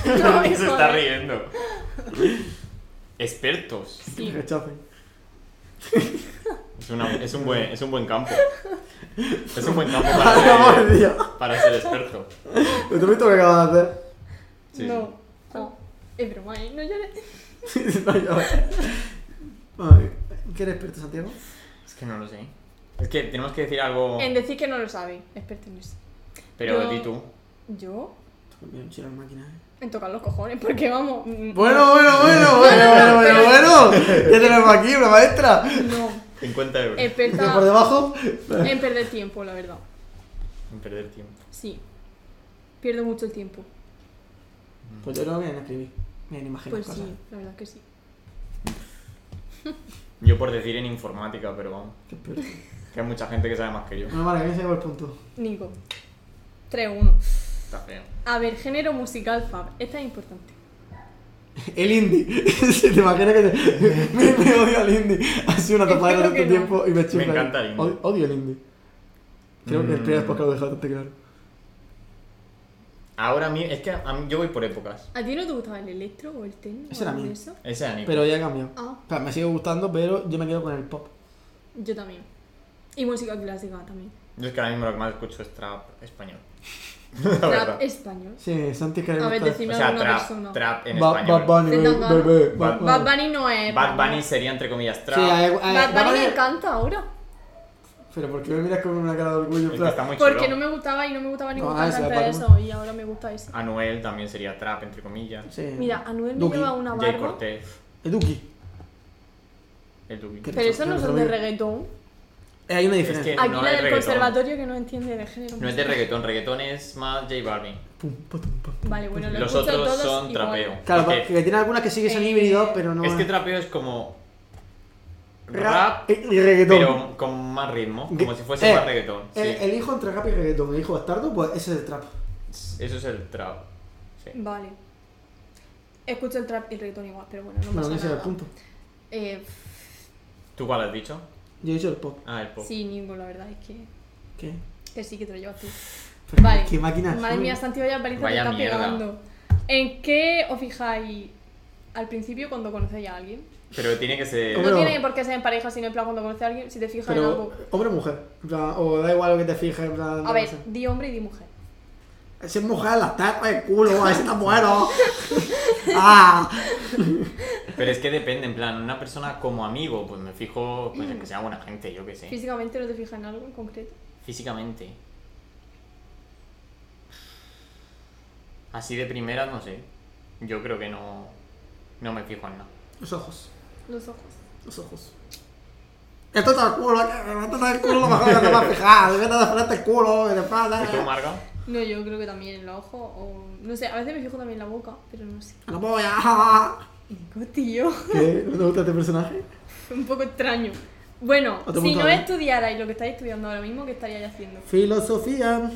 Speaker 2: No me
Speaker 1: se
Speaker 2: jodas.
Speaker 1: está riendo. Expertos.
Speaker 2: Sí.
Speaker 3: Rechazo.
Speaker 1: Es, una- es un buen, es un buen campo. Es un buen campo para
Speaker 3: Amor,
Speaker 1: ser,
Speaker 3: tío.
Speaker 1: para ser experto.
Speaker 3: ¿Tú has visto lo que acabas de hacer?
Speaker 1: Sí. Ah.
Speaker 2: No. No. Es broma, ¿eh? No llores.
Speaker 3: No, yo- Ay, ¿Qué eres experto, Santiago?
Speaker 1: Es que no lo sé. Es que tenemos que decir algo.
Speaker 2: En decir que no lo sabe. Experto en eso.
Speaker 1: Pero
Speaker 2: yo-
Speaker 1: di tú.
Speaker 2: ¿Yo?
Speaker 3: También chila la máquina, eh.
Speaker 2: En tocar los cojones, porque vamos. mm,
Speaker 3: Bueno, bueno, bueno, bueno, bueno, bueno, bueno. Ya tenemos aquí una maestra.
Speaker 2: No.
Speaker 1: 50 euros.
Speaker 2: Experta
Speaker 3: Por debajo. Pues
Speaker 2: en perder tiempo, la verdad.
Speaker 1: En perder tiempo.
Speaker 2: Sí. Pierdo mucho el tiempo.
Speaker 3: Pues yo no voy a escribir. Voy a imaginar
Speaker 2: Pues
Speaker 3: cosas.
Speaker 2: sí, la verdad que sí.
Speaker 1: Yo por decir en informática, pero vamos.
Speaker 3: Qué experto.
Speaker 1: Que hay mucha gente que sabe más que yo.
Speaker 3: Bueno, vale, que se llevó el punto.
Speaker 2: Nico. 3-1.
Speaker 1: Está feo.
Speaker 2: A ver, género musical Fab. Esta es importante.
Speaker 3: El indie. Si te imaginas que te- me, me odio al indie. Ha sido una tapada de
Speaker 2: Espero
Speaker 3: tanto
Speaker 2: que no.
Speaker 3: tiempo y me chifla.
Speaker 1: encanta el indie.
Speaker 3: Odio, odio el indie. Creo que el
Speaker 1: Mm.
Speaker 3: primer podcast lo he dejado bastante claro.
Speaker 1: Ahora mismo. Es que a mí- yo voy por épocas.
Speaker 2: ¿A ti no te gustaba el electro o el techno?
Speaker 3: Ese era
Speaker 2: o algo
Speaker 3: mío.
Speaker 2: de eso?
Speaker 1: Ese es Nico.
Speaker 3: Pero ya ha cambiado.
Speaker 2: Ah,
Speaker 3: O sea, me sigue gustando, pero yo me quedo con el pop.
Speaker 2: yo también. Y música clásica también.
Speaker 1: Yo es que ahora mismo lo que más escucho es trap español. La verdad.
Speaker 2: Trap español.
Speaker 3: Sí, Santi es que le
Speaker 2: A ver,
Speaker 3: gusta.
Speaker 1: O
Speaker 2: decime
Speaker 1: sea,
Speaker 2: alguna
Speaker 1: trap,
Speaker 2: persona.
Speaker 1: trap en
Speaker 3: Ba-
Speaker 1: español.
Speaker 3: Bad Bunny,
Speaker 2: Te tengo
Speaker 3: bebé, bebé,
Speaker 2: ganas.
Speaker 3: Bad Bunny.
Speaker 2: Bad Bunny no es.
Speaker 1: Bad Bunny sería entre comillas trap.
Speaker 3: Sí, hay- hay-
Speaker 2: Bad
Speaker 3: Bad
Speaker 2: Bunny me
Speaker 3: Bunny-
Speaker 2: encanta ahora.
Speaker 3: Pero ¿por qué me miras con una cara de orgullo?
Speaker 1: Es que
Speaker 3: Plan,
Speaker 1: está muy
Speaker 2: Porque no
Speaker 1: chulo.
Speaker 2: me gustaba y no me gustaba ningún
Speaker 3: No, ah, ese
Speaker 2: cantante de
Speaker 3: Bad Bunny.
Speaker 2: eso. Y ahora me gusta ese.
Speaker 1: Anuel también sería trap entre comillas.
Speaker 3: Sí.
Speaker 2: Mira, Anuel me
Speaker 3: Duki,
Speaker 2: lleva una
Speaker 1: Jay
Speaker 2: barba.
Speaker 1: Cortez,
Speaker 3: El Duki.
Speaker 1: el Duki.
Speaker 3: ¿Qué?
Speaker 2: Pero eso no son de reggaetón.
Speaker 3: Eh, hay una
Speaker 1: Es
Speaker 3: diferencia.
Speaker 1: que
Speaker 2: Aquí
Speaker 1: no
Speaker 2: la
Speaker 1: es
Speaker 2: del
Speaker 1: reggaetón.
Speaker 2: conservatorio que no entiende de género.
Speaker 1: No es de reggaetón, reggaetón es más J Balvin.
Speaker 3: Pum, pa, tum, pa, pum,
Speaker 2: Vale,
Speaker 3: pa,
Speaker 2: bueno,
Speaker 3: tum.
Speaker 2: lo
Speaker 1: Los
Speaker 2: escucho
Speaker 1: otros
Speaker 2: todos
Speaker 1: son
Speaker 2: igual.
Speaker 1: trapeo.
Speaker 3: Claro,
Speaker 1: Porque
Speaker 3: porque tiene algunas que sí que son
Speaker 2: Eh,
Speaker 3: híbridos, pero no.
Speaker 1: es que trapeo es como
Speaker 3: Rap
Speaker 1: rap,
Speaker 3: y y reggaetón.
Speaker 1: pero con más ritmo, como si fuese
Speaker 3: Eh,
Speaker 1: más reggaetón. Sí.
Speaker 3: El, el hijo entre rap y reggaetón, el hijo bastardo, pues ese es el trap.
Speaker 1: Eso es el trap. Sí.
Speaker 2: Vale. Escucho el trap y el reggaetón igual, pero bueno, no
Speaker 3: Bueno,
Speaker 2: pasa
Speaker 3: ese era el
Speaker 2: nada.
Speaker 3: punto.
Speaker 2: Eh,
Speaker 1: ¿Tú cuál has dicho?
Speaker 3: Yo he dicho el pop.
Speaker 1: Ah, el pop.
Speaker 2: sí, Ningo, la verdad es que,
Speaker 3: ¿Qué?
Speaker 2: que sí que te lo llevas tú.
Speaker 3: Pero
Speaker 2: Vale.
Speaker 3: ¿Qué máquina?
Speaker 2: Madre
Speaker 3: soy?
Speaker 2: mía, Santiago ya paliza te
Speaker 1: Vaya
Speaker 2: está
Speaker 1: mierda.
Speaker 2: pegando. ¿En qué os fijáis al principio cuando conocéis a alguien?
Speaker 1: Pero tiene que ser.
Speaker 3: Hombre,
Speaker 2: no
Speaker 3: Pero-
Speaker 2: tiene por qué ser en pareja, sino en plan cuando conoces a alguien, si te fijas en
Speaker 3: Pero,
Speaker 2: algo.
Speaker 3: hombre o mujer. En plan, o da igual lo que te fijes. En plan,
Speaker 2: A
Speaker 3: no
Speaker 2: ver,
Speaker 3: sé.
Speaker 2: di hombre y di mujer.
Speaker 3: Ese es mujer, las tapas de culo, ese está bueno. ¡Ah!
Speaker 1: Pero es que depende, en plan, una persona como amigo, pues me fijo pues, en que sea buena gente, yo qué sé.
Speaker 2: Físicamente no te fijas en algo en concreto.
Speaker 1: Físicamente. Así de primera, no sé. Yo creo que no. No me fijo en nada.
Speaker 3: Los ojos.
Speaker 2: Los ojos.
Speaker 3: Los ojos. Esto está el culo, eh, esto está el culo, lo mejor que te vas a fijar. Vete de frente el culo, de espalda.
Speaker 1: ¿Y tú, Marga?
Speaker 2: No, yo creo que también en los ojos o... No sé, a veces me fijo también en la boca, pero no sé.
Speaker 3: No voy eh, a.
Speaker 2: Nico, tío.
Speaker 3: ¿Qué? ¿No te gusta este personaje?
Speaker 2: un poco extraño. Bueno,
Speaker 3: Otro
Speaker 2: si
Speaker 3: punto,
Speaker 2: no
Speaker 3: ¿eh?
Speaker 2: estudiarais lo que estáis estudiando ahora mismo, ¿qué estaríais haciendo?
Speaker 3: Filosofía.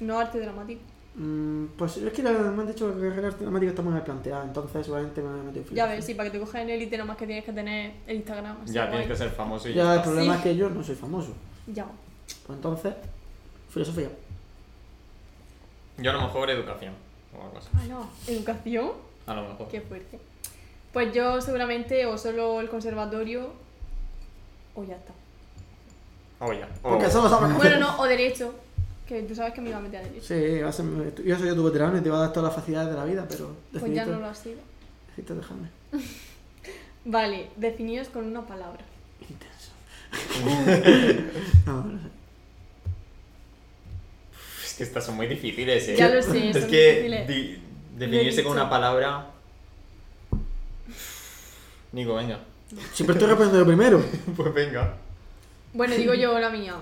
Speaker 2: No arte dramático.
Speaker 3: Mm, pues es que la- me han dicho que la carrera dramática está muy mal planteada, entonces seguramente me voy a meter en
Speaker 2: Ya
Speaker 3: filosofía.
Speaker 2: ves, sí, para que te cojas en élite, nada más que tienes que tener el Instagram. así
Speaker 1: Ya
Speaker 2: guay.
Speaker 1: tienes que ser famoso y
Speaker 3: Ya,
Speaker 1: ya
Speaker 3: el
Speaker 1: está.
Speaker 3: problema
Speaker 2: Sí.
Speaker 3: es que yo no soy famoso.
Speaker 2: Ya.
Speaker 3: Pues entonces, filosofía.
Speaker 1: Yo a lo mejor educación o algo así.
Speaker 2: Ah, no. ¿Educación?
Speaker 1: A lo mejor.
Speaker 2: Qué fuerte. Pues yo seguramente o solo el conservatorio o ya está.
Speaker 1: O Oh, ya. O-
Speaker 3: Porque eso lo sabes
Speaker 2: Oh. Bueno, no, o derecho. Que tú sabes que me iba a meter a derecho.
Speaker 3: Sí, vas a ser- yo soy tu veterano y te iba a dar todas las facilidades de la vida, pero
Speaker 2: Pues ya
Speaker 3: decidiste,
Speaker 2: no lo ha sido.
Speaker 3: decidiste dejarme.
Speaker 2: Vale, definidos con una palabra.
Speaker 3: Intenso. no, no sé.
Speaker 1: Es que estas son muy difíciles, ¿eh?
Speaker 2: Ya lo sé,
Speaker 1: Es
Speaker 2: son
Speaker 1: que
Speaker 2: difíciles.
Speaker 1: di-
Speaker 2: Lo he
Speaker 1: definirse
Speaker 2: dicho.
Speaker 1: con una palabra. Nico, venga.
Speaker 3: Siempre estoy respondiendo yo primero.
Speaker 1: Pues venga.
Speaker 2: Bueno, digo yo la mía.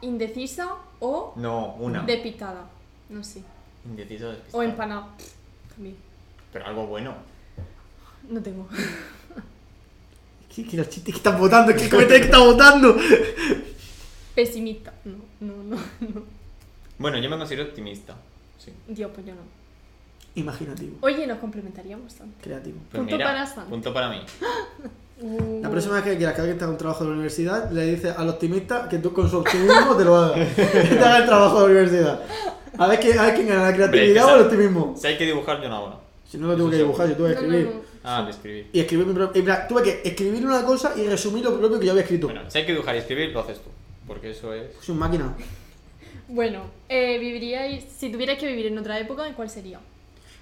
Speaker 2: Indecisa o
Speaker 1: No, una.
Speaker 2: despitada. No sé.
Speaker 1: Indeciso despistado.
Speaker 2: O empanada. También.
Speaker 1: Pero algo bueno.
Speaker 2: No tengo.
Speaker 3: ¿Qué, qué los chistes que están votando? ¿Qué comentario que está votando?
Speaker 2: Pesimista. No, no, no, no.
Speaker 1: Bueno, yo me considero optimista. Sí.
Speaker 2: Dios, pues yo no.
Speaker 3: Imaginativo,
Speaker 2: Oye, nos complementaríamos tanto.
Speaker 3: creativo.
Speaker 1: Pues
Speaker 2: Punto
Speaker 1: mira,
Speaker 2: para Sam.
Speaker 1: Punto para mí.
Speaker 2: Uh.
Speaker 3: La próxima vez que quieras que alguien te haga un trabajo de la universidad, le dices al optimista que tú con su optimismo te lo hagas. Que te haga el trabajo de la universidad. A ver, quién- a ver quién gana, la creatividad o el optimismo.
Speaker 1: Si hay que dibujar, yo no hago.
Speaker 3: Si no lo tengo que dibujar, yo tuve que
Speaker 2: No, no,
Speaker 3: escribir.
Speaker 2: no.
Speaker 1: Ah, de escribir.
Speaker 3: Y escribir mi propio. y en plan, Tuve que escribir una cosa y resumir lo propio que yo había escrito.
Speaker 1: Bueno, si hay que dibujar y escribir, lo haces tú. Porque eso es.
Speaker 3: Soy un máquina.
Speaker 2: Bueno, eh, viviríais. Si tuvierais que vivir en otra época, ¿en cuál sería?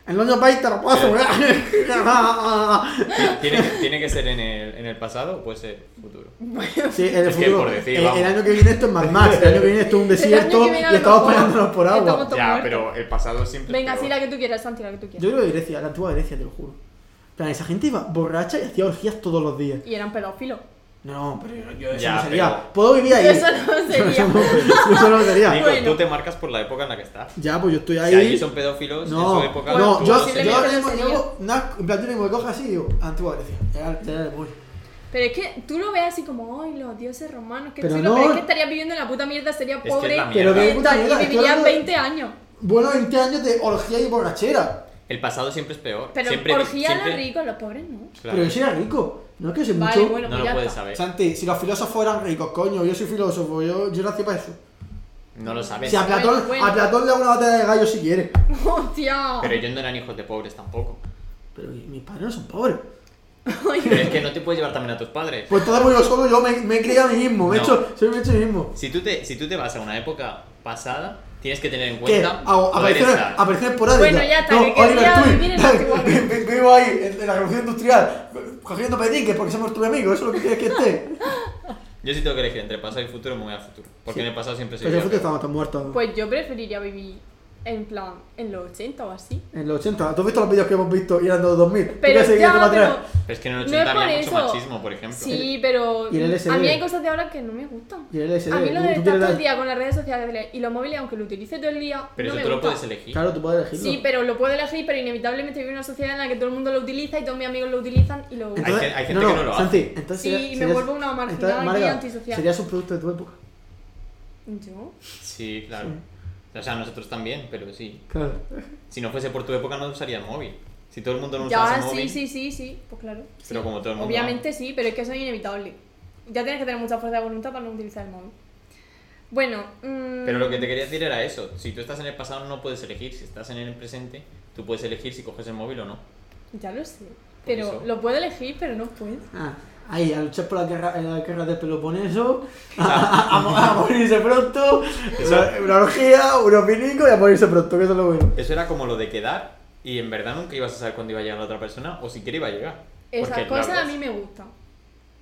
Speaker 3: El London País te lo puedo asegurar.
Speaker 1: Ti- ¿Tiene, que- tiene que ser en el, en el pasado o puede ser futuro.
Speaker 3: Sí, en el
Speaker 1: Es que
Speaker 3: futuro.
Speaker 1: por decir,
Speaker 3: el,
Speaker 1: vamos.
Speaker 3: el año que viene esto es Mad Max. El año que viene esto es un desierto
Speaker 2: viene a
Speaker 3: y
Speaker 2: lo
Speaker 3: estamos
Speaker 2: mejor
Speaker 3: peleándonos por agua.
Speaker 2: estamos to-
Speaker 1: Ya,
Speaker 2: muerto.
Speaker 1: pero el pasado siempre. es
Speaker 2: Venga,
Speaker 1: peor.
Speaker 2: sí, la que tú quieras, Santi, la que tú
Speaker 3: Yo
Speaker 2: quieras.
Speaker 3: creo Grecia, la antigua Grecia, te lo juro. En plan, esa gente iba borracha y hacía orgías todos los días.
Speaker 2: Y eran pedófilos.
Speaker 3: No, pero yo, yo eso
Speaker 1: Ya,
Speaker 3: no sería.
Speaker 1: pero-
Speaker 3: Puedo vivir ahí.
Speaker 2: Eso no sería.
Speaker 3: Yo eso no sería.
Speaker 1: Nico,
Speaker 2: Bueno.
Speaker 1: tú te marcas por la época en la que estás.
Speaker 3: Ya, pues yo estoy
Speaker 1: Si allí
Speaker 3: ahí.
Speaker 1: son pedófilos en
Speaker 3: No,
Speaker 1: su época. pues,
Speaker 3: no,
Speaker 1: tú
Speaker 3: yo, yo,
Speaker 1: serías.
Speaker 2: sería-
Speaker 3: ahora mismo-
Speaker 2: sería-
Speaker 3: yo hago una- en plan, yo mismo me cojo así y digo, antigua Grecia. Ya, ya le voy.
Speaker 2: Pero es que tú lo ves así como, ay, los dioses romanos, que
Speaker 3: Pero
Speaker 2: tú lo
Speaker 3: no.
Speaker 2: ves que estarías viviendo en la puta mierda, sería
Speaker 1: que es
Speaker 2: pobre
Speaker 1: la
Speaker 2: y
Speaker 1: Pero
Speaker 3: que
Speaker 2: tal,
Speaker 3: puta mierda,
Speaker 2: y
Speaker 3: estoy
Speaker 2: vivirían
Speaker 3: hablando de-
Speaker 2: 20 años.
Speaker 3: Bueno, 20 años de orgía y borrachera.
Speaker 1: El pasado siempre es peor.
Speaker 2: Pero
Speaker 1: siempre,
Speaker 2: orgía los
Speaker 1: siempre-
Speaker 2: ricos, los pobres no.
Speaker 1: Claro.
Speaker 3: Pero yo era rico. No es que soy
Speaker 2: Vale,
Speaker 3: mucho.
Speaker 2: bueno,
Speaker 1: no
Speaker 2: pues
Speaker 1: lo
Speaker 2: ya
Speaker 1: puedes
Speaker 2: está.
Speaker 1: saber.
Speaker 3: Santi, si los filósofos eran ricos, coño, yo soy filósofo, yo, yo nací para eso.
Speaker 1: No lo sabes.
Speaker 3: Si a Platón,
Speaker 2: Pues Bueno, bueno.
Speaker 3: a Platón le hago una batalla de gallos si quiere.
Speaker 2: ¡Hostia!
Speaker 1: Pero ellos no eran hijos de pobres tampoco.
Speaker 3: Pero mis padres no son pobres.
Speaker 1: Pero es que no te puedes llevar también a tus padres.
Speaker 3: Pues todo yo solo, yo me, me he criado a mí mismo, me he
Speaker 1: No.
Speaker 3: hecho, soy me he hecho a mí mismo.
Speaker 1: Si tú, te, si tú te vas a una época pasada, tienes que tener en
Speaker 3: ¿Qué? Ah, oh,
Speaker 1: cuenta.
Speaker 3: Hago
Speaker 1: poder
Speaker 3: apariciones,
Speaker 1: estar.
Speaker 3: apariciones esporádicas.
Speaker 2: Bueno, ya está,
Speaker 3: No,
Speaker 2: que quería vivir en la antigua
Speaker 3: Oliver Twist. vi- Vivo ahí, en, en la revolución industrial, cogiendo petinques porque somos tu amigo, eso es lo que quieres que esté.
Speaker 1: Yo sí tengo que elegir entre pasado y futuro, me voy al futuro. Porque
Speaker 3: Sí.
Speaker 1: en el pasado siempre soy
Speaker 3: Pero
Speaker 1: yo.
Speaker 3: justo estábamos tan muertos.
Speaker 2: Pues yo preferiría vivir en plan, en los 80 o así.
Speaker 3: En los 80, ¿tú has visto los vídeos que hemos visto y eran de los 2000? ¿Tú
Speaker 2: Pero
Speaker 3: crees que
Speaker 2: ya,
Speaker 3: te va a traer?
Speaker 2: pero...
Speaker 1: Pero es que en el
Speaker 2: No
Speaker 1: 80
Speaker 2: es por
Speaker 1: había mucho
Speaker 2: eso.
Speaker 1: machismo, por ejemplo.
Speaker 2: Sí, pero
Speaker 3: Y el LSD.
Speaker 2: a mí hay cosas de ahora que no me gustan.
Speaker 3: Y el LSD,
Speaker 2: a
Speaker 1: Eh,
Speaker 2: mí lo
Speaker 3: tú-
Speaker 2: de
Speaker 3: tú
Speaker 2: estar todo
Speaker 3: quieres-
Speaker 2: el día con las redes sociales y los móviles, aunque lo utilice todo el día,
Speaker 1: Pero
Speaker 2: no
Speaker 1: eso
Speaker 2: me
Speaker 1: tú lo
Speaker 2: gusta.
Speaker 1: puedes elegir.
Speaker 3: Claro, tú puedes elegirlo.
Speaker 2: Sí, pero lo puedo elegir, pero inevitablemente vivo en una sociedad en la que todo el mundo lo utiliza y todos mis amigos lo utilizan y lo...
Speaker 1: Entonces- gen- hay gente que no lo hace.
Speaker 3: Santi, entonces
Speaker 2: Sí,
Speaker 3: sería-
Speaker 2: y me
Speaker 3: serías-
Speaker 2: vuelvo una marginal
Speaker 3: entonces,
Speaker 2: y
Speaker 3: Marga,
Speaker 2: antisocial.
Speaker 3: Serías un producto de tu época.
Speaker 2: ¿Yo?
Speaker 1: Sí, claro. O sea, nosotros también, pero sí.
Speaker 3: Claro.
Speaker 1: Si no fuese por tu época, no usaría el móvil. Si todo el mundo no usaba
Speaker 2: Ya,
Speaker 1: el móvil.
Speaker 2: sí, sí, sí, sí, pues claro.
Speaker 1: Pero
Speaker 2: sí.
Speaker 1: como todo el mundo
Speaker 2: Obviamente sí, pero es que eso es inevitable. Ya tienes que tener mucha fuerza de voluntad para no utilizar el móvil. Bueno, mm,
Speaker 1: Pero lo que te quería decir era eso. Si tú estás en el pasado, no puedes elegir. Si estás en el presente, tú puedes elegir si coges el móvil o no.
Speaker 2: Ya lo sé. Pero
Speaker 1: eso.
Speaker 2: lo puedo elegir, pero no puedo.
Speaker 3: Ah, ahí, a luchar por la guerra, en la guerra del Peloponeso, a,
Speaker 1: Ah.
Speaker 3: a- a mo- a morirse pronto, una, una orgía, unos vinicos y a morirse pronto, que eso es lo bueno.
Speaker 1: Eso era como lo de quedar y en verdad nunca ibas a saber cuándo iba a llegar la otra persona o siquiera iba a llegar.
Speaker 2: Esas
Speaker 1: Porque
Speaker 2: cosas
Speaker 1: la-
Speaker 2: a mí me gustan.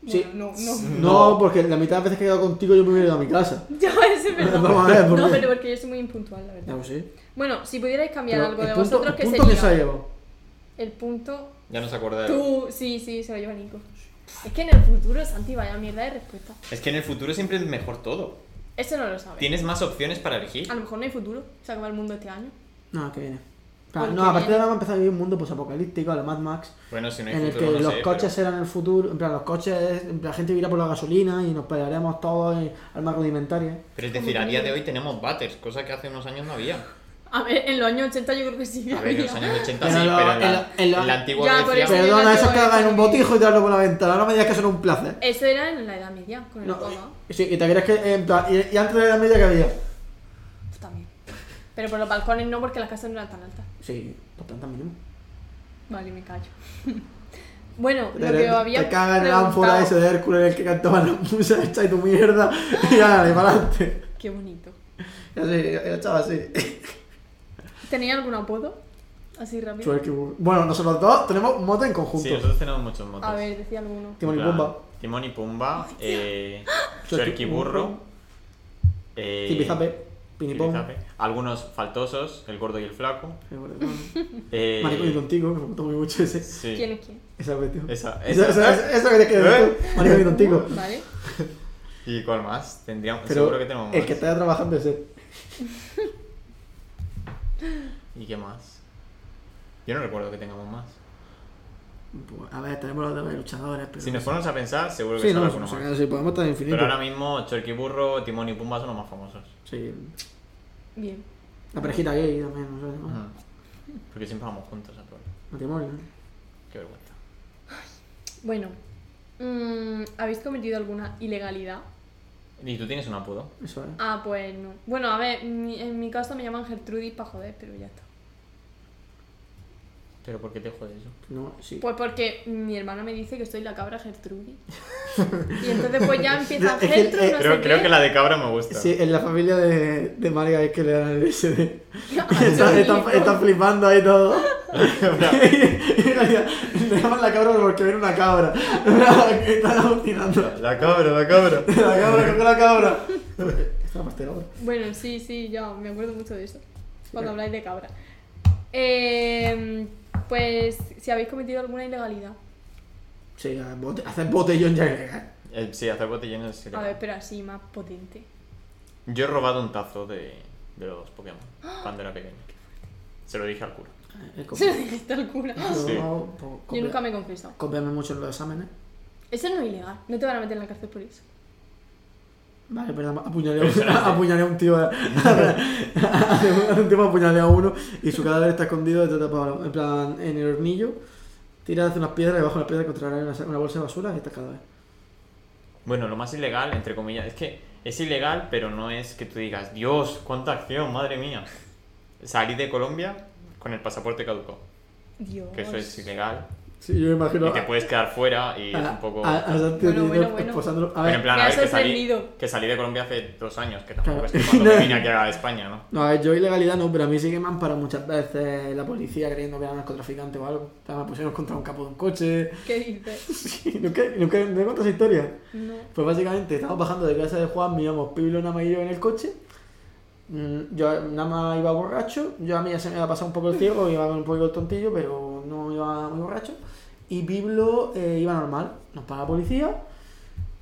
Speaker 3: Sí.
Speaker 2: Bueno, no, no.
Speaker 3: No, porque la mitad de las veces que he quedado contigo yo me hubiera ido a mi casa.
Speaker 2: Ya, ese es verdad.
Speaker 3: Vamos a ver, ¿por
Speaker 2: no,
Speaker 3: qué?
Speaker 2: pero porque yo soy muy impuntual, la
Speaker 3: Ya
Speaker 2: verdad.
Speaker 3: pues sí.
Speaker 2: Bueno, si pudierais cambiar
Speaker 3: Pero
Speaker 2: algo
Speaker 3: el
Speaker 2: de
Speaker 3: punto-
Speaker 2: vosotros,
Speaker 3: el
Speaker 2: ¿qué
Speaker 3: punto que se ha
Speaker 2: sería?
Speaker 3: llevado.
Speaker 2: El punto.
Speaker 1: Ya no se acuerda de-
Speaker 2: Tú, sí, sí, se lo lleva Nico. Es que en el futuro, Santi, vaya mierda de respuesta.
Speaker 1: Es que en el futuro siempre es mejor todo.
Speaker 2: Eso no lo sabes.
Speaker 1: Tienes más opciones para elegir.
Speaker 2: A lo mejor no hay futuro, se acaba el mundo este año.
Speaker 3: No, que viene.
Speaker 2: ¿Por qué
Speaker 3: No, a partir de
Speaker 2: viene?
Speaker 3: ahora va a empezar a vivir un mundo posapocalíptico, a lo Mad Max.
Speaker 1: Bueno, si no hay
Speaker 3: en el
Speaker 1: futuro,
Speaker 3: que
Speaker 1: no
Speaker 3: los
Speaker 1: sé,
Speaker 3: coches eran el futuro, en plan, los coches, en plan, la gente irá por la gasolina y nos pelearemos todos en armas rudimentarias.
Speaker 1: Pero, pero es decir, a día de hoy tenemos batters, cosa que hace unos años no había.
Speaker 2: A ver, en los años 80 yo creo que sí.
Speaker 1: A ver, en los
Speaker 2: había.
Speaker 1: años 80 sí,
Speaker 3: Pero lo-
Speaker 1: pero en la,
Speaker 3: en la- en la-
Speaker 1: en la antigua
Speaker 2: Ya, por
Speaker 1: Grecia...
Speaker 2: eso-
Speaker 3: Perdona,
Speaker 2: yo
Speaker 3: esos que
Speaker 2: creo
Speaker 3: hagan
Speaker 2: que-
Speaker 3: un botijo y tirarlo por la ventana, no me digas que son un placer.
Speaker 2: Eso era en la Edad Media, con el
Speaker 3: No, eh.
Speaker 2: coma.
Speaker 3: y- sí, y te crees que, en plan, y, y antes de la media que había.
Speaker 2: Pues también. Pero por los balcones no, porque las casas no eran tan altas.
Speaker 3: Sí, por tanto mínimo.
Speaker 2: Vale, me callo. bueno, lo
Speaker 3: Te-
Speaker 2: que había.
Speaker 3: Te caga en el ánfora
Speaker 2: preguntado-
Speaker 3: ese de Hércules en el que cantaba la musa esta y tu mierda. Y dale, para adelante.
Speaker 2: Qué bonito.
Speaker 3: Y así, el chaval así.
Speaker 2: ¿Tenéis algún apodo? Así rápido.
Speaker 3: Twerk y Bur- Bueno, nosotros dos tenemos mote en conjunto.
Speaker 1: Sí, nosotros tenemos muchos motos.
Speaker 2: A ver, decía alguno.
Speaker 3: Timón y
Speaker 1: En plan,
Speaker 3: Pumba.
Speaker 1: Timón y Pumba. Eh,
Speaker 3: Chuerqui
Speaker 1: Chuerqui Burro.
Speaker 3: Burro.
Speaker 1: Eh,
Speaker 3: Tipizape. Pinipón.
Speaker 1: Tipizape. Algunos faltosos, el gordo y el flaco. Eh,
Speaker 3: Maricón y contigo, que me gustó muy mucho ese.
Speaker 1: sí.
Speaker 2: ¿Quién es quién?
Speaker 3: Esa cuestión.
Speaker 1: Esa-
Speaker 3: Eso-
Speaker 1: esa-
Speaker 3: eso- eso- eso que te quedas
Speaker 1: ¿Eh?
Speaker 3: tú. Maricón y contigo.
Speaker 2: Vale.
Speaker 1: ¿Y cuál más? Tendríamos,
Speaker 3: Pero
Speaker 1: seguro que tenemos más.
Speaker 3: el que está trabajando es él.
Speaker 1: ¿Y qué más? Yo no recuerdo que tengamos más.
Speaker 3: Pues, A ver, tenemos los de los luchadores, pero.
Speaker 1: Si nos ponemos a pensar, seguro que
Speaker 3: Sí,
Speaker 1: sale
Speaker 3: no,
Speaker 1: alguno
Speaker 3: o sea,
Speaker 1: más.
Speaker 3: sí, podemos estar
Speaker 1: Pero
Speaker 3: infinitos.
Speaker 1: ahora mismo, Chuerqui Burro, Timón y Pumba son los más famosos.
Speaker 3: Sí.
Speaker 2: Bien.
Speaker 3: La parejita gay también, no sé, ¿no?
Speaker 1: Ujú. Porque siempre vamos juntos a todo.
Speaker 3: Matrimonio, ¿no?
Speaker 1: Qué vergüenza.
Speaker 2: Bueno. mm, ¿Habéis cometido alguna ilegalidad?
Speaker 1: ¿Y tú tienes un apodo?
Speaker 3: Eso es.
Speaker 2: Ah, pues no. Bueno, a ver, mi- en mi caso me llaman Gertrudis para joder, pero ya está.
Speaker 1: ¿Pero por qué te jode eso?
Speaker 3: No, sí.
Speaker 2: Pues porque mi hermana me dice que soy la cabra Gertrudis. y entonces pues ya empieza
Speaker 3: Es que,
Speaker 2: Gertrudis,
Speaker 3: eh,
Speaker 2: no
Speaker 1: Creo,
Speaker 2: sé
Speaker 1: creo
Speaker 2: qué.
Speaker 1: que la de cabra me gusta.
Speaker 3: Sí, en la familia de, de María es que le dan el SD.
Speaker 2: Ah,
Speaker 3: Están
Speaker 2: yo
Speaker 3: está,
Speaker 2: digo.
Speaker 3: está flipando ahí todo. Y María, le llaman la cabra porque viene una cabra. Están alucinando.
Speaker 1: La cabra, la cabra.
Speaker 3: La cabra, coge la cabra. Está pastelera ahora.
Speaker 2: Bueno, sí, sí, ya me acuerdo mucho de eso. Cuando habláis de cabra. Eh, pues si habéis cometido alguna ilegalidad.
Speaker 3: Sí, bote- hacen botellón ya ilegal.
Speaker 1: Eh, sí, hacer botellín es
Speaker 2: A ver,
Speaker 1: ilegal.
Speaker 2: pero así, más potente.
Speaker 1: Yo he robado un tazo de, de los Pokémon cuando era pequeño. Se lo dije al cura.
Speaker 3: Eh,
Speaker 2: Se lo dijiste al cura.
Speaker 1: Sí.
Speaker 3: No, po-
Speaker 2: Yo
Speaker 3: copia-
Speaker 2: nunca me he confesado.
Speaker 3: pues, copiarme mucho en los exámenes.
Speaker 2: Eso no es ilegal. No te van a meter en la cárcel por eso.
Speaker 3: Vale, perdón, apuñalé a,
Speaker 1: Pero eso no
Speaker 3: un-
Speaker 1: es-
Speaker 3: apuñalé a un tío. Hace un- hace un tiempo apuñalé a uno y su cadáver está escondido detrás de Pablo. En plan, en el hornillo, tira hacia unas piedras y bajo las piedras encontrarás una, sa- una bolsa de basura y está el cadáver.
Speaker 1: Bueno, lo más ilegal, entre comillas, es que es ilegal, pero no es que tú digas, Dios, cuánta acción, madre mía. Salí de Colombia con el pasaporte caducado,
Speaker 2: Dios.
Speaker 1: que eso es ilegal.
Speaker 3: Sí, yo me imagino.
Speaker 1: Y te puedes quedar fuera
Speaker 3: Ah,
Speaker 1: y es un poco...
Speaker 3: A, a Santi
Speaker 2: Bueno,
Speaker 3: Rodríguez
Speaker 2: bueno, bueno.
Speaker 3: posándolo. A
Speaker 1: Pero en
Speaker 3: ver,
Speaker 1: plan,
Speaker 2: Me
Speaker 1: a
Speaker 2: ha
Speaker 1: ver, que salí,
Speaker 2: sorprendido.
Speaker 1: que salí de Colombia hace dos años, que tampoco es
Speaker 3: Claro.
Speaker 1: que cuando vine aquí a España, ¿no?
Speaker 3: no, a ver, yo ilegalidad no, pero a mí sí que me han parado muchas veces la policía creyendo que era narcotraficante o algo. O sea, me pusieron contra un capo de un coche.
Speaker 2: ¿Qué dices?
Speaker 3: Sí, nunca, nunca me he contado esa historia.
Speaker 2: No.
Speaker 3: Pues básicamente estábamos bajando de casa de Juan, miramos Piblo, Nama y yo en el coche. Mm, Yo Nama iba borracho, yo a mí ya se me había pasado un poco el ciego, iba un poco el tontillo, pero no iba muy borracho. Y Piblo eh, iba normal, nos para la policía,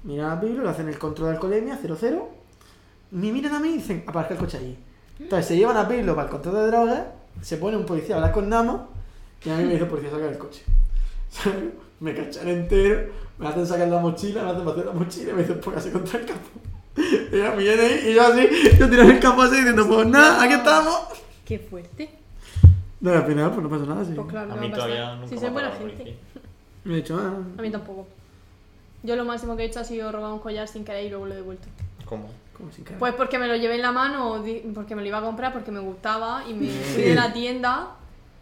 Speaker 3: miran a Piblo, le hacen el control de alcoholemia, 0-0, me miran a mí y dicen, aparca el coche allí. Entonces se llevan a Piblo para el control de drogas, se pone un policía a hablar con Nama, y a mí me dice el policía, saca el coche. me cachan entero, me hacen sacar la mochila, me hacen vaciar la mochila y me dicen póngase contra el capó. Y ya me viene ahí, y yo así, yo tirando el capó así diciendo, pues nada, aquí estamos.
Speaker 2: Qué fuerte.
Speaker 3: No, al final pues no pasa nada, sí.
Speaker 2: Pues claro,
Speaker 1: A
Speaker 2: no
Speaker 1: mí
Speaker 2: va a
Speaker 1: todavía
Speaker 2: pasar.
Speaker 1: nunca
Speaker 2: Si
Speaker 1: me
Speaker 2: soy
Speaker 1: ha
Speaker 2: buena
Speaker 1: parado la
Speaker 2: gente.
Speaker 1: policía.
Speaker 3: Me he dicho, ah,
Speaker 2: A mí tampoco. Yo lo máximo que he hecho ha sido robar un collar sin querer y luego lo he devuelto.
Speaker 1: ¿Cómo?
Speaker 3: como sin cara.
Speaker 2: Pues porque me lo llevé en la mano, o di- porque me lo iba a comprar, porque me gustaba y me fui de la tienda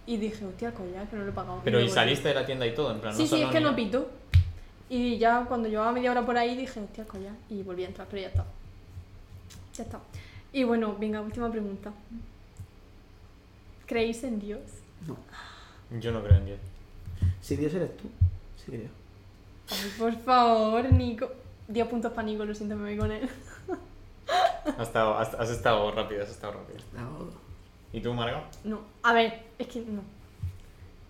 Speaker 2: y dije, hostia, el collar, que no lo he pagado.
Speaker 1: Pero
Speaker 2: me
Speaker 1: y
Speaker 2: volví.
Speaker 1: saliste de la tienda y todo, en plan...
Speaker 2: Sí, sí,
Speaker 1: sonó
Speaker 2: es que
Speaker 1: ni-
Speaker 2: no pito. Y ya cuando llevaba media hora por ahí dije, hostia, el collar, y volví a entrar, pero ya está. Ya está. Y bueno, venga, última pregunta. ¿Creéis en Dios?
Speaker 3: No,
Speaker 1: Yo no creo en Dios.
Speaker 3: si Dios eres tú, sí creo.
Speaker 2: Ay, por favor, Nico. 10 puntos para Nico, lo siento, me voy con él.
Speaker 1: Has estado, has, has estado rápido, has estado rápido.
Speaker 3: No,
Speaker 1: ¿Y tú, Marga?
Speaker 2: No, a ver, es que no.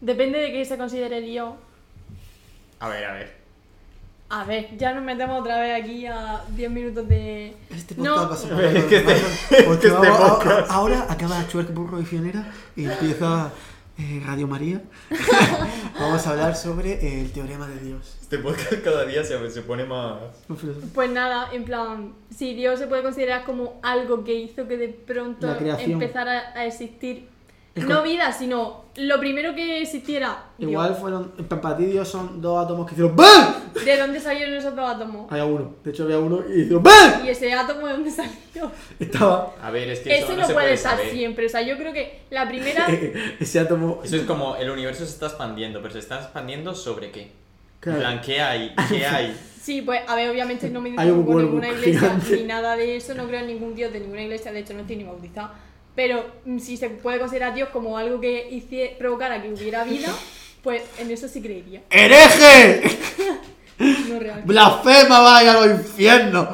Speaker 2: Depende de qué se considere Dios.
Speaker 1: A ver, a ver.
Speaker 2: A ver, ya nos metemos otra vez aquí a 10 minutos de.
Speaker 3: Este
Speaker 2: podcast No.
Speaker 3: podcast
Speaker 2: va a ser-
Speaker 1: Es que este- es que este podcast-
Speaker 3: Ahora acaba Chuerk Burro y Fionera y empieza eh, Radio María. Vamos a hablar sobre eh, el teorema de Dios.
Speaker 1: Este podcast cada día se, se pone más...
Speaker 3: Un filósofo.
Speaker 2: Pues nada, en plan, si Dios se puede considerar como algo que hizo que de pronto
Speaker 3: La creación.
Speaker 2: empezara a existir
Speaker 3: Es
Speaker 2: No
Speaker 3: como-
Speaker 2: vida, sino lo primero que existiera. Dios,
Speaker 3: Igual fueron. Para ti, Dios, son dos átomos que hicieron ¡BAM!
Speaker 2: ¿De dónde salieron esos dos átomos?
Speaker 3: Había uno. De hecho, había uno y hicieron ¡BAM!
Speaker 2: ¿Y ese átomo de dónde salió?
Speaker 3: Estaba.
Speaker 1: A ver, es que eso,
Speaker 2: Eso
Speaker 1: no,
Speaker 2: no
Speaker 1: se
Speaker 2: puede
Speaker 1: puede
Speaker 2: estar
Speaker 1: saber.
Speaker 2: siempre. O sea, yo creo que la primera.
Speaker 3: eh, Ese átomo.
Speaker 1: Eso es como el universo se está expandiendo, pero se está expandiendo sobre qué.
Speaker 3: Claro.
Speaker 1: En plan, ¿qué hay? ¿Qué hay?
Speaker 2: Sí, pues, a ver, obviamente no me
Speaker 3: Hay un
Speaker 2: identifico con
Speaker 3: huevo
Speaker 2: ninguna iglesia
Speaker 3: gigante.
Speaker 2: ni nada de eso, no creo en ningún dios de ninguna iglesia, de hecho no estoy ni bautizada. Pero mm, si se puede considerar a Dios como algo que hicie- provocara que hubiera vida, pues en eso sí creería.
Speaker 3: ¡Hereje!
Speaker 2: No real.
Speaker 3: ¡Blasfema, vaya a los infiernos!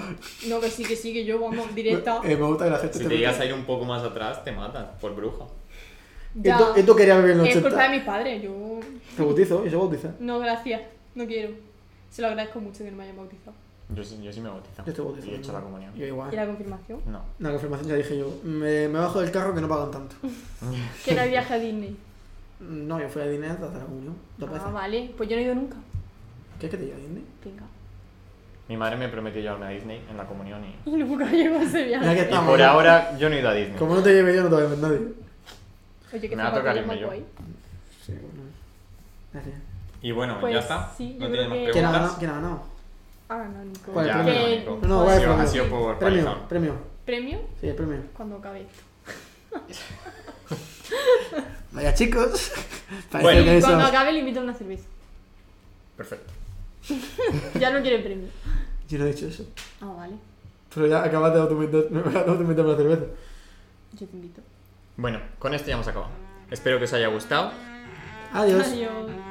Speaker 2: No, que sí, que sí, que yo vamos directa.
Speaker 3: Eh, me gusta que la gente
Speaker 1: Si
Speaker 3: te
Speaker 1: te llegas
Speaker 3: meta.
Speaker 1: a ir un poco más atrás, te matan por bruja.
Speaker 2: Ya.
Speaker 3: Esto, esto quería vivir en los
Speaker 2: Es
Speaker 3: 80.
Speaker 2: culpa de mis padres, yo.
Speaker 3: Te bautizo y se bautiza.
Speaker 2: No, gracias, no quiero. Se lo agradezco mucho que no me hayan bautizado.
Speaker 1: Yo, sí- yo sí me he bautizado.
Speaker 3: Yo te bautizo.
Speaker 1: Y he hecho la
Speaker 3: Yo
Speaker 1: comunión.
Speaker 2: ¿Y
Speaker 3: igual.
Speaker 2: la confirmación?
Speaker 1: No.
Speaker 3: La confirmación ya dije yo. Me, me bajo del carro que no pagan tanto.
Speaker 2: Que era el viaje a Disney.
Speaker 3: No, yo fui a Disney hasta la comunión. Dos veces.
Speaker 2: Ah, vale, pues yo no he ido nunca.
Speaker 3: ¿Qué es que te lleva a Disney?
Speaker 2: Venga.
Speaker 1: Mi madre me prometió llevarme a Disney en la comunión y...
Speaker 2: Y nunca llego a ese viaje.
Speaker 3: Ya que
Speaker 1: y
Speaker 3: estamos.
Speaker 1: por
Speaker 3: ¿no?
Speaker 1: ahora yo no he ido a Disney.
Speaker 3: Como no te lleve yo, no te va a llevar nadie.
Speaker 2: Oye, que
Speaker 1: Me va a
Speaker 2: zapatillas
Speaker 1: tocar irme
Speaker 2: más
Speaker 1: yo.
Speaker 2: guay.
Speaker 3: Sí, bueno. Gracias.
Speaker 1: Y bueno,
Speaker 2: Pues
Speaker 1: ya está.
Speaker 2: sí, yo
Speaker 1: no
Speaker 2: creo
Speaker 1: tienes más
Speaker 2: que-
Speaker 3: ¿Quién ha
Speaker 1: preguntas.
Speaker 3: ganado? ¿Quién ha ganado?
Speaker 2: Ah, no, Nico.
Speaker 3: ¿Cuál es
Speaker 1: Ya,
Speaker 3: el
Speaker 2: Que-
Speaker 1: no, Nico.
Speaker 3: No, no,
Speaker 1: ha,
Speaker 3: vale,
Speaker 1: sido, ha
Speaker 3: premio.
Speaker 1: sido por
Speaker 3: Premio,
Speaker 1: palizón.
Speaker 3: premio.
Speaker 2: ¿Premio?
Speaker 3: Sí, el premio.
Speaker 2: Cuando acabe esto.
Speaker 3: Vaya chicos. Parece
Speaker 1: Bueno.
Speaker 3: que
Speaker 2: Y
Speaker 3: eso.
Speaker 2: cuando acabe le invito a una cerveza.
Speaker 1: Perfecto.
Speaker 2: Ya no quiere premio.
Speaker 3: Yo no he dicho eso.
Speaker 2: Ah, vale.
Speaker 3: Pero ya acabas de autoinventar- me acabas de autoinventarme la cerveza.
Speaker 2: Yo te invito.
Speaker 1: Bueno, con esto ya hemos acabado. Espero que os haya gustado.
Speaker 3: Adiós.
Speaker 2: Adiós.